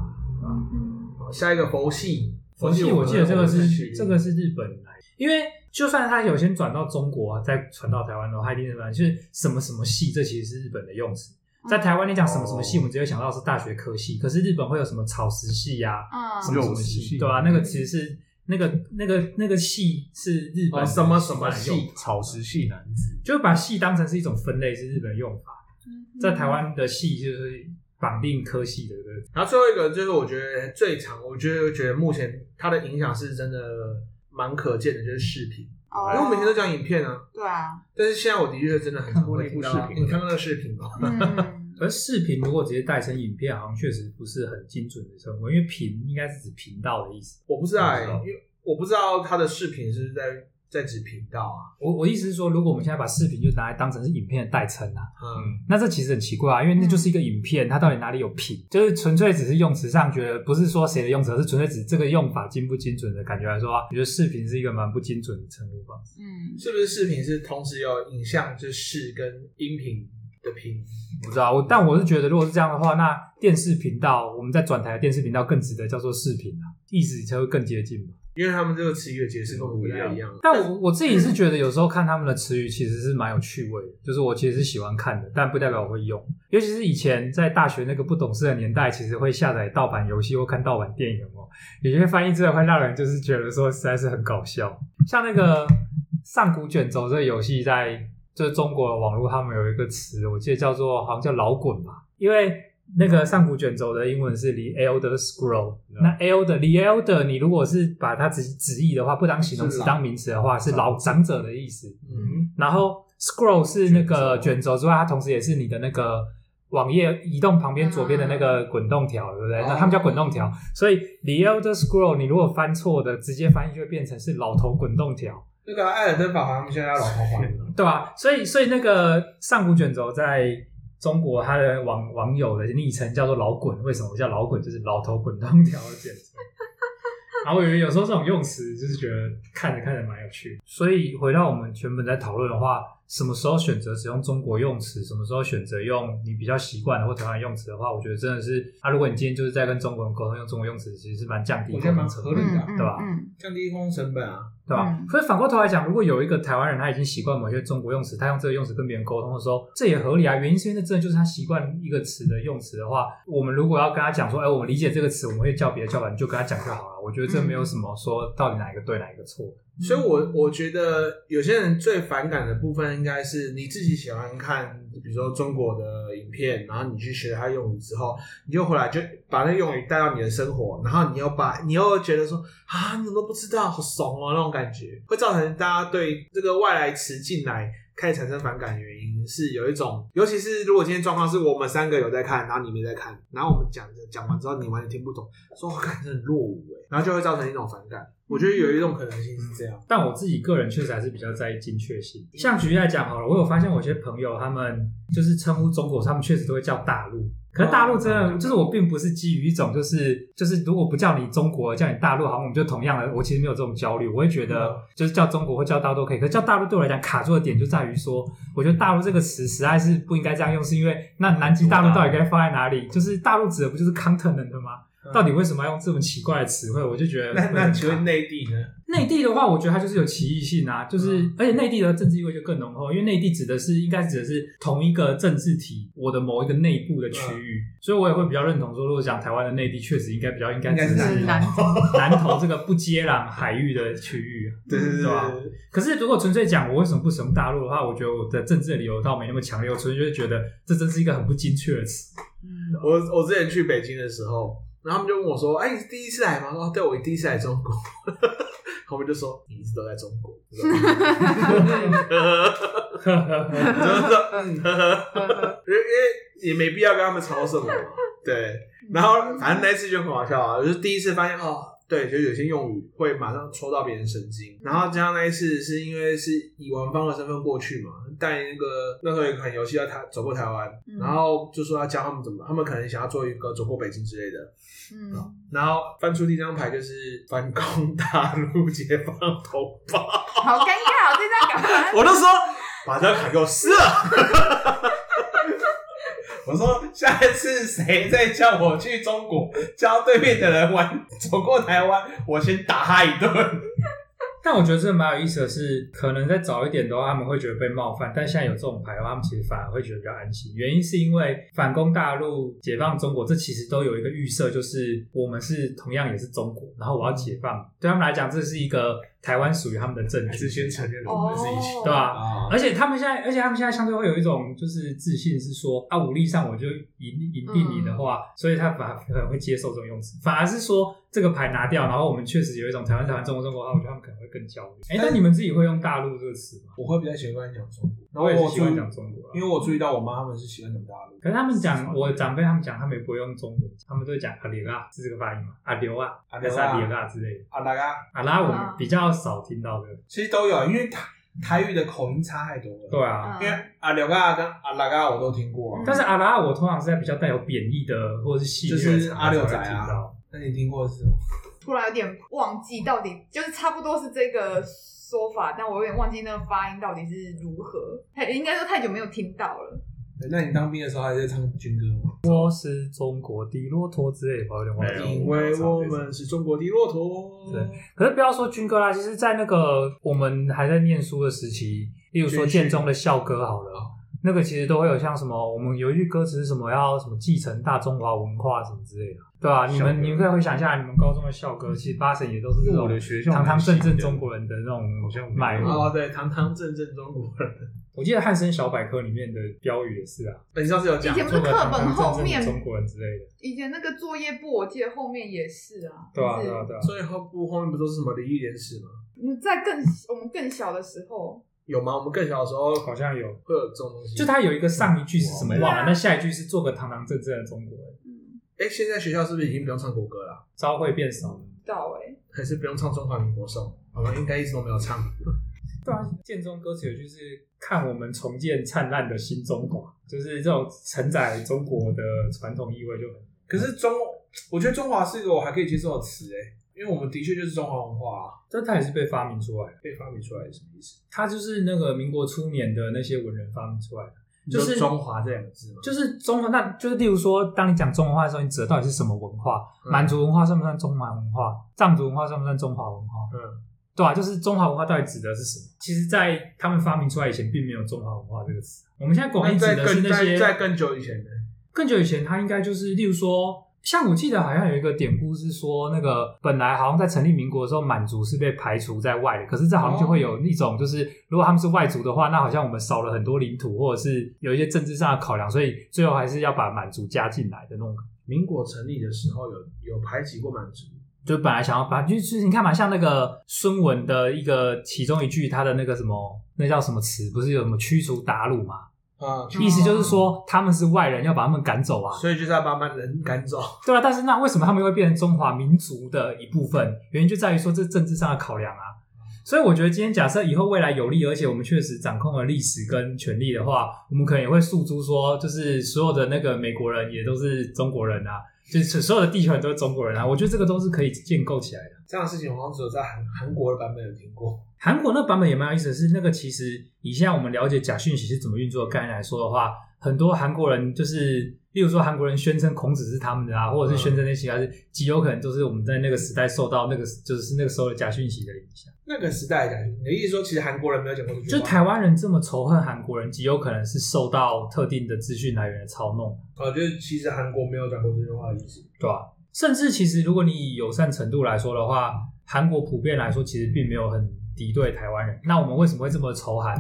A: 下一个佛系，
B: 佛系，我记得这个
A: 我们
B: 是
A: 去
B: 这个是日本来，因为就算他有先转到中国，啊再传到台湾的话，他一定是反就是什么什么系，这其实是日本的用词。在台湾你讲什么什么系，
E: 哦
B: 我们只会想到是大学科系，可是日本会有什么草食系呀、
C: 啊，
B: 什么什么
E: 肉食
B: 系，
E: 系
B: 对吧、那个其实是那个那个那个系是日本
A: 哦什么什么
B: 习惯的用法，
E: 草食系男子，
B: 就把系当成是一种分类，是日本的用法。
C: 嗯
B: 在台，湾的系就是绑定科系的，对不对
A: 然后最后一个就是我觉得最长，我觉得觉得目前它的影响是真的蛮可见的，就是视频，
C: 哦
A: 因为我们以前都讲影片啊，
C: 对啊，
A: 但是现在我的确真的很常会听到
E: 看过那部视频
A: 你看过那个视频吗？
C: 嗯，
B: 而视频如果直接代称影片，好像确实不是很精准的称呼，因为频应该是指频道的意思。
A: 我不知道、欸，
E: 不知道
A: 因为我不知道他的视频是不是在在指频道啊，
B: 我我意思是说，如果我们现在把视频就拿来当成是影片的代称啊，
A: 嗯，
B: 那这其实很奇怪啊，因为那就是一个影片，它到底哪里有品？就是纯粹只是用词上觉得不是说谁的用词，而是纯粹指这个用法精不精准的感觉来说啊，我觉得视频是一个蛮不精准的称呼方式。
C: 嗯，
A: 是不是视频是同时有影像就是视跟音频的频？
B: 我不知道，我但我是觉得如果是这样的话，那电视频道我们在转台的电视频道更值得叫做视频啊，意思才会更接近嘛。
A: 因为他们这个词语的解释跟我们不太一样，
B: 嗯但我我自己 是觉得有时候看他们的词语其实是蛮有趣味的，就是我其实是喜欢看的，但不代表我会用。尤其是以前在大学那个不懂事的年代，其实会下载盗版游戏或看盗版电影哦，有些翻译真的会让人就是觉得说实在是很搞笑。像那个《上古卷轴》这个游戏在，就是中国的网络他们有一个词，我记得叫做好像叫老滚吧，因为。那个上古卷轴的英文是 The Elder Scroll，那 Elder The Elder，你如果是把它直直译的话，不当形容
A: 是
B: 词
A: 老
B: 当名词的话，是老长者的意思。
A: 嗯，
B: 然后 scroll 是那个卷轴之外，它同时也是你的那个网页移动旁边左边的那个滚动条，对不对？
A: 哦
B: 那他们叫滚动条，所以 The Elder Scroll 你如果翻错的，直接翻译就会变成是老头滚动条。
A: 那个艾尔登法环他们现在要老头环了，
B: 对啊，所以所以那个上古卷轴在中国，它的网网友的昵称叫做“老滚”，为什么我叫老滚？就是老头滚动条的简称。然后我以为有时候这种用词，就是觉得看着看着蛮有趣。所以回到我们原本在讨论的话，什么时候选择使用中国用词，什么时候选择用你比较习惯的或台湾用词的话，我觉得真的是啊，如果你今天就是在跟中国人沟通用中国用词，其实是蛮降低
A: 我
B: 沟
A: 觉得
B: 通
A: 蛮
B: 成
A: 合
B: 本
A: 理
B: 的，
A: 的啊
C: 嗯
B: 对吧
C: 嗯，
A: 降低沟通成本啊，
B: 对吧？
C: 嗯
B: 可是反过头来讲，如果有一个台湾人他已经习惯某些中国用词，他用这个用词跟别人沟通的时候，这也合理啊。原因是因为那真的就是他习惯一个词的用词的话，我们如果要跟他讲说，哎，我们理解这个词，我们会叫别的叫法，你就跟他讲就好了。我觉得这没有什么说到底哪一个对哪一个错。
C: 嗯
A: 所以我我觉得有些人最反感的部分应该是你自己喜欢看，比如说中国的影片，然后你去学它用语之后，你就回来就把那用语带到你的生活，然后你又把你又觉得说啊，你怎么都不知道，好怂哦、那种感觉，会造成大家对这个外来词进来。开始产生反感的原因是有一种，尤其是如果今天状况是我们三个有在看，然后你没在看，然后我们讲着讲完之后你完全听不懂，说我看真的很落伍哎，然后就会造成一种反感。我觉得有一种可能性是这样。
B: 但我自己个人确实还是比较在意精确性。
A: 嗯
B: 像举例来讲好了，我有发现我有些朋友他们就是称呼中国，他们确实都会叫大陆。可是大陆真
A: 哦
B: 的就是我，并不是基于一种就是就是如果不叫你中国，叫你大陆，好像我们就同样的，我其实没有这种焦虑。我会觉
A: 嗯
B: 得就是叫中国或叫大陆都可以，可是叫大陆对我来讲卡住的点就在于说，我觉得大陆这个词实在是不应该这样用，是因为那南极大陆到底该放在哪里？就是大陆指的不就是 continent 吗？
A: 嗯
B: 到底为什么要用这么奇怪的词汇？我就觉得
A: 那
B: 会
A: 那
B: 很
A: 请
B: 卡
A: 问内地呢？
B: 内地的话，我觉得它就是有歧义性啊，就是、
A: 嗯
B: 而且内地的政治意味就更浓厚，因为内地指的是应该指的是同一个政治体，我的某一个内部的区
A: 嗯
B: 域，所以我也会比较认同说，如果讲台湾的内地，确实应该比较应该
A: 应该
B: 指
A: 是
B: 的
A: 南
C: 南投
B: 南投这个不接壤海域的区域啊。
A: 对对对
B: 吧
A: 对，
B: 可是如果纯粹讲我为什么不使用大陆的话，我觉得我的政治理由倒没那么强烈，我纯粹就觉得这真是一个很不精确的词。
C: 嗯
A: 我我之前去北京的时候，然后他们就问我说：“哎、你是第一次来吗？”我说：“对，我第一次来中国。” 他们就说：“你一直都在中国。” 我说就是说，嗯呵呵因为因为也没必要跟他们吵什么嘛。对，然后反正那一次就很好笑啊，就是第一次发现哦，对，就有些用语会马上戳到别人神经。然后加上那一次是因为是以玩方的身份过去嘛，带那个那时候有一款游戏要台走过台湾，
C: 嗯
A: 然后就说要教他们怎么，他们可能想要做一个走过北京之类的，
C: 嗯，
A: 然后翻出第一张牌就是反攻大陆解放同胞。
C: 好尴尬，这张 赶快，
A: 我就说把这张卡给我撕了。 我说下一次谁再叫我去中国教对面的人玩走过台湾，我先打他一顿。
B: 但我觉得这蛮有意思的是，可能在早一点的话，他们会觉得被冒犯，但现在有这种牌的话，他们其实反而会觉得比较安心。原因是因为反攻大陆、解放中国，这其实都有一个预设，就是我们是同样也是中国，然后我要解放，对他们来讲，这是一个台湾属于他们的政
A: 还
B: 治
A: 是先承认我们是一起
B: 对 吧、
A: 啊
B: 而且他们现在，而且他们现在相对会有一种就是自信，是说啊，武力上我就赢赢定你的
A: 嗯
B: 话，所以他反而可能会接受这种用词，反而是说这个牌拿掉，然后我们确实有一种台湾台湾中国中国的话，我觉得他们可能会更焦虑。哎、那你们自己会用大陆这个词吗？
A: 我会比较喜欢讲中国，然后
B: 我也是
A: 我
B: 习
A: 注
B: 惯
A: 意，
B: 讲中国啦啊
A: 因为我注意到我妈他们是喜欢讲大陆，
B: 可是他们讲，我长辈他们讲，他们也不会用中文，他们都会讲阿流啊，是这个发音吗？阿流啊，
A: 阿嗯
B: 还
A: 流啊
B: 是阿流啊之类的。
A: 啊，大家
B: 阿拉我们比较少听到的，
A: 其实都有，啊因为台台语的口音差太多了。
B: 对啊。
A: 因为
C: 呃
A: 阿廖嘎跟阿拉嘎我都听过啊
C: 嗯，
B: 但是阿拉我通常是在比较带有贬义的或者是戏谑
A: 就
B: 的
A: 是
B: 场合
A: 阿六
B: 才
A: 仔
B: 会听
A: 啊
B: 到。
A: 那你听过的是什么？
C: 突然有点忘记到底就是差不多是这个说法，但我有点忘记那个发音到底是如何。太应该说太久没有听到了。
A: 对那你当兵的时候还在唱军歌吗？
B: 我是中国的骆驼之类的吧，我有点忘
E: 没有
B: 记。
A: 因为我们是中国的骆驼。
B: 对可是不要说军歌啦，其实，在那个我们还在念书的时期，例如说
A: 军训
B: 建中的校歌好了，那个其实都会有像什么，我们有一句歌词是什么要什么继承大中华文化什么之类的，对吧、你
E: 校歌
B: 们你们可以回想一下，你们高中的校歌，其实八成也都是这
E: 因为我
B: 种
E: 的学校
B: 堂堂正正
E: 蛮新的
B: 中国人的那种
E: 好像没有
B: 脉络。
A: 哦，对，堂堂正正中国人。
B: 我记得汉森小百科里面的标语也是啊，
A: 哎你上次有讲
C: 以前不
B: 做
C: 是
B: 个
C: 课
B: 堂
C: 本
B: 堂
C: 后
B: 正正
C: 面
B: 的中国人之类的，
C: 以前那个作业簿，我记得后面也是啊，
B: 对啊
C: 就是
B: 对啊对啊。
A: 最后部后面不都是什么礼义廉耻吗？
C: 你在更我们更小的时候，
A: 有吗？我们更小的时候
B: 好像有
A: 会有这种东西。
B: 就他有一个上一句是什么
C: 对
B: 忘
C: 啊
B: 了，那下一句是做个堂堂正正的中国人，
C: 嗯，
A: 哎，现在学校是不是已经不用唱国歌了？
B: 稍会变少了。
C: 不知道哎、
A: 还是不用唱《中华民国颂》？好像应该一直都没有唱。
B: 对啊，建中歌词有句是“看我们重建灿烂的新中华”，就是这种承载中国的传统意味就很。
A: 可是中，我觉得中华是一个我还可以接受的词哎，因为我们的确就是中华文化啊，
B: 但它也是被发明出来的，
A: 被发明出来是什么意思？
B: 它就是那个民国初年的那些文人发明出来的，就
A: 你
B: 是
A: 说中华这两个字吗？
B: 就是中华，那就是例如说，当你讲中华的时候，你指的到底是什么文化？
A: 嗯
B: 满族文化算不算中华文化？藏族文化算不算中华文化？
A: 嗯，
B: 对啊，就是中华文化到底指的是什么？其实，在他们发明出来以前，并没有中华文化这个词。我们现在广义
A: 那
B: 指
A: 哎在
B: 的是
A: 更
B: 那些
A: 在在更久以前呢？
B: 更久以前，它应该就是，例如说，像我记得好像有一个典故是说，那个本来好像在成立民国的时候，满族是被排除在外的，可是这好像就会有一种，就是如果他们是外族的话，那好像我们少了很多领土，或者是有一些政治上的考量，所以最后还是要把满族加进来的那种。
A: 民国成立的时候有有排挤过满族，
B: 就本来想要把，就是你看嘛，像那个孙文的一个其中一句，他的那个什么，那叫什么词？不是有什么驱除鞑虏嘛？
A: 啊，
B: 意思就是说他们是外人，要把他们赶走啊。
A: 所以就是要把满人赶走。
B: 对啊，但是那为什么他们又会变成中华民族的一部分？原因就在于说这政治上的考量啊。所以我觉得今天假设以后未来有利，而且我们确实掌控了历史跟权力的话，我们可能也会诉诸说，就是所有的那个美国人也都是中国人啊，就是所有的地球人都是中国人啊。我觉得这个都是可以建构起来的。
A: 这样的事情好像只有在韩韩国的版本有听过。
B: 韩国那个版本也蛮有意思的是，那个其实以现在我们了解假讯息是怎么运作的概念来说的话，很多韩国人就是，例如说韩国人宣称孔子是他们的啊，或者是宣称那些还是极有可能都是我们在那个时代受到那个就是那个时候的假讯息的影响。
A: 那个时代讲，你的意思说其实韩国人没有啊讲过这句
B: 就
A: 话？
B: 是台湾人这么仇恨韩国人，极有可能是受到特定的资讯来源的操弄。
A: 呃，就是其实韩国没有讲过这句话的意思。
B: 对吧、甚至其实如果你以友善程度来说的话，韩国普遍来说其实并没有很敌对台湾人。那我们为什么会这么仇韩？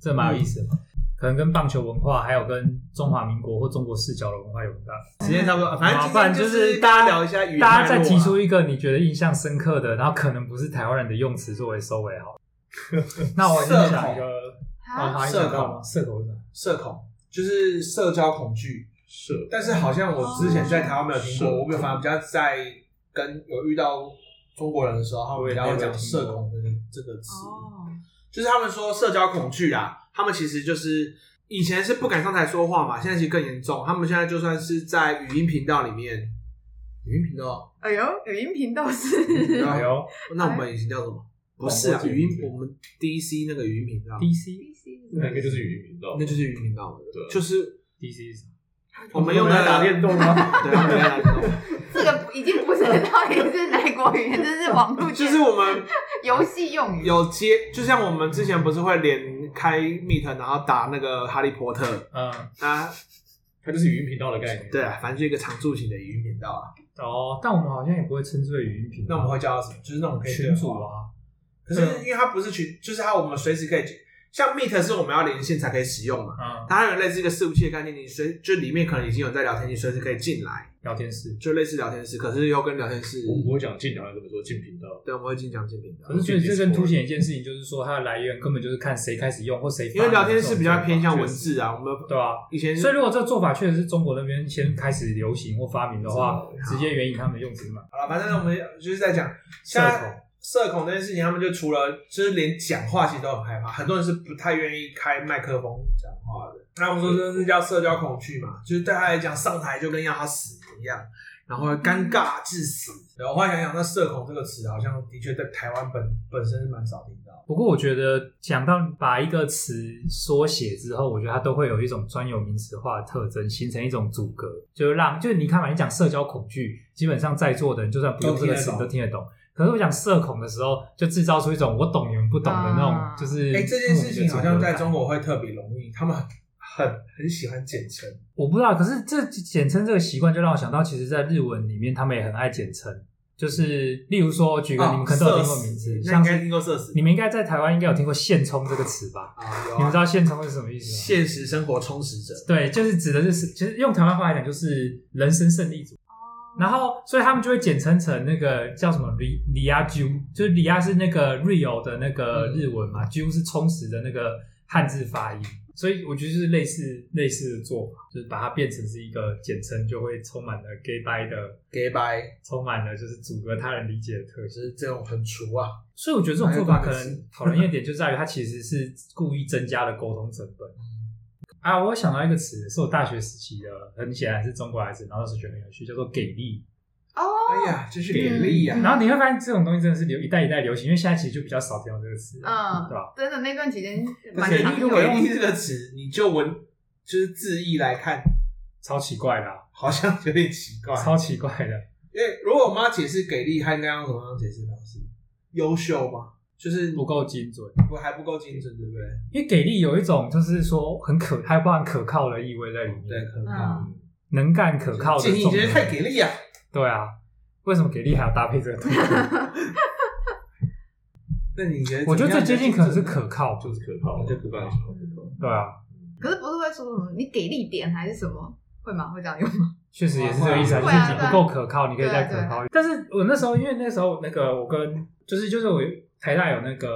B: 这蛮有意思的嘛。可能跟棒球文化，还有跟中华民国或中国视角的文化有很大。
A: 时间差不多，反
B: 好
A: 正
B: 不然
A: 今天
B: 就是
A: 大家聊一下语言脉络啊，
B: 大家再提出一个你觉得印象深刻的，然后可能不是台湾人的用词作为收尾好了。那我先讲一个，哦
C: 啊
B: 好，
A: 社
B: 社
A: 恐
B: 恐，社恐是什么
A: 社恐，就是社交恐惧。
E: 社
A: 但是好像我之前在台湾没有听
E: 社
A: 过，
B: 哦
E: 恐
A: 我没有反而比较在跟有遇到中国人的时候，他们比较会讲“社恐”的这个词，
C: 哦，
A: 就是他们说社交恐惧啊，他们其实就是以前是不敢上台说话嘛，现在其实更严重，他们现在就算是在语音频道里面，语音频道，
C: 哎呦，语音频道
A: 然
C: 是
A: 后
B: 哎呦
A: 那我们以前叫什么？不是啊，
E: 广播节目
A: 语音我们 DC 那个语音频道，
B: ，DC
E: 那应该就是语音频道，
A: 那就是语音频道，
E: 对
A: 就是。
B: DC 是什么？
A: 我们用来打电动吗？ 对，我们用来打电动
C: 这个已经不是到底是哪国语言，这是网络
A: 就是我们
C: 游戏用语。
A: 有接，就像我们之前不是会连开 Meet，然后打那个哈利波特
B: 嗯，
A: 啊，
E: 它就是语音频道的概念。
A: 对啊，反正就一个常驻型的语音频道啊。
B: 哦，但我们好像也不会称之为语音频道，
A: 那我们会叫它什么？就是那种可以对啊
B: 群
A: 话
B: 主。啊，
A: 可是因为它不是群，就是它我们随时可以像 Meet 是我们要连线才可以使用嘛，
B: 啊，
A: 它有类似一个伺服器的概念，你随就里面可能已经有人在聊天，你随时可以进来，
B: 聊天室。
A: 就类似聊天室，可是又跟聊天室，
E: 我们不会讲进聊，怎么说进频道？
A: 对，我们会经常进频道
B: 可，是觉得这更凸显一件事情，就是说它的来源根本就是看谁开始用或谁发
A: 因
B: 明
A: 为聊天室比较
B: 这种
A: 偏向
B: 做法
A: 文字啊，我们
B: 对啊。
A: 以前
B: 所以如果这个做法确实是中国那边先开始流行或发明的话，
A: 啊
B: 直接援引他们的用词嘛。
A: 好了，反正我们就是在讲现在社恐这件事情，他们就除了就是连讲话其实都很害怕，很多人是不太愿意开麦克风讲话的。那我们说这是叫社交恐惧嘛，就是对他来讲上台就跟要他死一样，然后尴尬致死。然后我后来想想，那社恐这个词好像的确在台湾本本身是蛮少听到。
B: 不过我觉得讲到把一个词缩写之后，我觉得它都会有一种专有名词化的特征，形成一种阻隔，就是让就是你看嘛，你讲社交恐惧，基本上在座的人就算不用这个词，
A: 都听得懂
B: 你都听得懂。可是我讲社恐的时候，就制造出一种我懂你们不懂的那种
C: 啊，
B: 就是
A: 哎、这件事情好像在中
B: 国，
A: 国会特别容易，他们很很很喜欢简称。
B: 我不知道。可是这简称这个习惯，就让我想到，其实，在日文里面，他们也很爱简称，就是例如说，举个你们可能都有听过名字，
A: 那应
B: 像
A: 该
B: 是
A: 听过社哦死。
B: 你们应该在台湾应该有听过“现充”这个词吧？
A: 啊，有
B: 你们
A: 啊
B: 知道“现充”是什么意思吗？
A: 现实生活充实者。
B: 对，就是指的就是，其实用台湾话来讲，就是人生胜利组。然后，所以他们就会简称成那个叫什么里里亚啾，就是里亚是那个 Rio 的那个
A: 嗯
B: 日文嘛，啾、是充实的那个汉字发音。所以我觉得就是类似类似的做法，就是把它变成是一个简称，就会充满了 gay bye 的，
A: 给白
B: 充满了就是阻隔他人理解的特
A: 就
B: 性。
A: 是这种很厨啊，
B: 所以我觉得这种做法可
A: 还有一个
B: 能讨人厌点就在于它其实是故意增加了沟通成本。
A: 嗯
B: 啊，我想到一个词，是我大学时期的，很显然是中国来词，然后那时候觉得很有趣，叫做“给力
C: 哦，
A: 哎呀，真是给力”。啊呀、
C: 嗯
B: 然后你会发现这种东西真的是流一代一代流行，因为现在其实就比较少听到这个词，
C: 嗯
B: 对吧？
C: 真的那段期间
B: 嗯
C: 蛮
A: 给
C: 常
A: 力，
C: 用
A: 给
C: 的。
A: 力这个词，你就文就是字义来看，
B: 超奇怪的啊、
A: 好像有点奇怪。
B: 超奇怪的，
A: 因为如果我们要解释给力，还应该用什么样的解释方式？优秀吗？就是
B: 不够精准。
A: 不还不够精准，对不对？
B: 因为“给力”有一种就是说很可，还包含可靠的意味在里面，
A: 对，，可靠。
C: 嗯，
B: 能干可靠的
A: 建
B: 重
A: 议
B: 人。
A: 你觉得太给力啊！
B: 对啊，为什么“给力”还要搭配这个东西？
A: 那你觉
C: 哎
A: 得？
B: 我觉得最接近可能是可，靠，
E: 就是可怕，就可怕。
B: 对啊。
C: 嗯可是不是会说什么你给力点还是什么？会吗？会这样用 吗？
B: 确实也是这个意思，啊，就
C: 会啊
B: 是你不够可靠，你可以再可
C: 对啊
B: 靠一点。但是我那时候，因为那时候那个我跟就是就是我台大有那个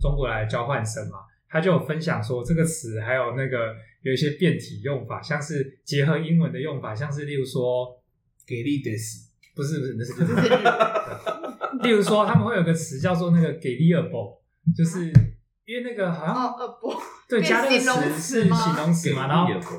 B: 中国来的交换生嘛，他就有分享说这个词还有那个有一些变体用法，像是结合英文的用法，像是例如说
A: 给力得死。
B: 不是不是那是日文对例如说他们会有个词叫做那个给力 able，就是因为那个好像、
C: 嗯哦，呃不，
B: 对
C: 变
B: 加那个
C: 形容
B: 词
C: 词
B: 是
C: 吗
B: 形容词嘛，然后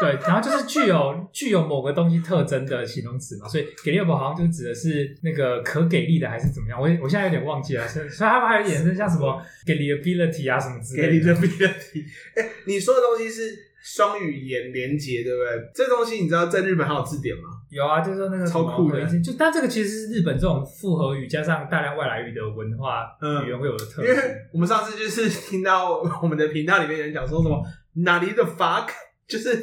B: 对，然后就是具有具有某个东西特征的形容词嘛，所以给力不好像就指的是那个可给力的还是怎么样？我也我现在有点忘记了，所以所以他们还有衍生像什 么给力 ability 啊什么之
A: 给
B: 类
A: 力
B: 的
A: 的。必的题。 哎、你说的东西是双语言连结，对不对？这东西你知道在日本还有字典吗？
B: 有啊，就是说那个什么
A: 超酷的
B: 我已经就但这个其实是日本这种复合语加上大量外来语的文化
A: 嗯
B: 语言会有的特
A: 因
B: 性。
A: 为我们上次就是听到我们的频道里面有人讲说什么哪里的 fuck，就是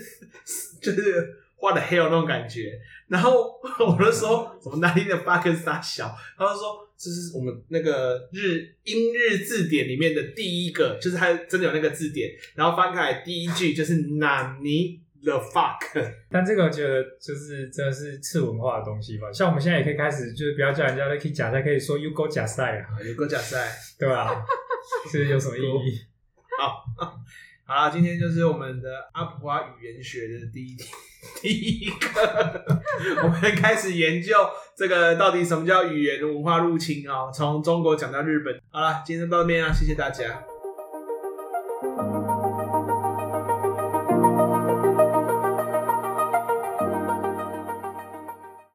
A: 就是 what the hell 那种感觉。然后我就说什么哪里的 fuck 是大小，他就说这是我们那个日英日字典里面的第一个，就是它真的有那个字典。然后翻开来第一句就是哪里的 fuck，
B: 但这个我觉得就是真的是次文化的东西吧，像我们现在也可以开始就是不要叫人家可以假赛，可以说 you go 假赛啊，
A: 啊有个假赛。
B: 对吧、 啊？是有什么意义？
A: 好啦，今天就是我们的阿普花语言学的第一题第一课，我们开始研究这个到底什么叫语言文化入侵哦，从中国讲到日本。好啦，今天就到这边啊，谢谢大家。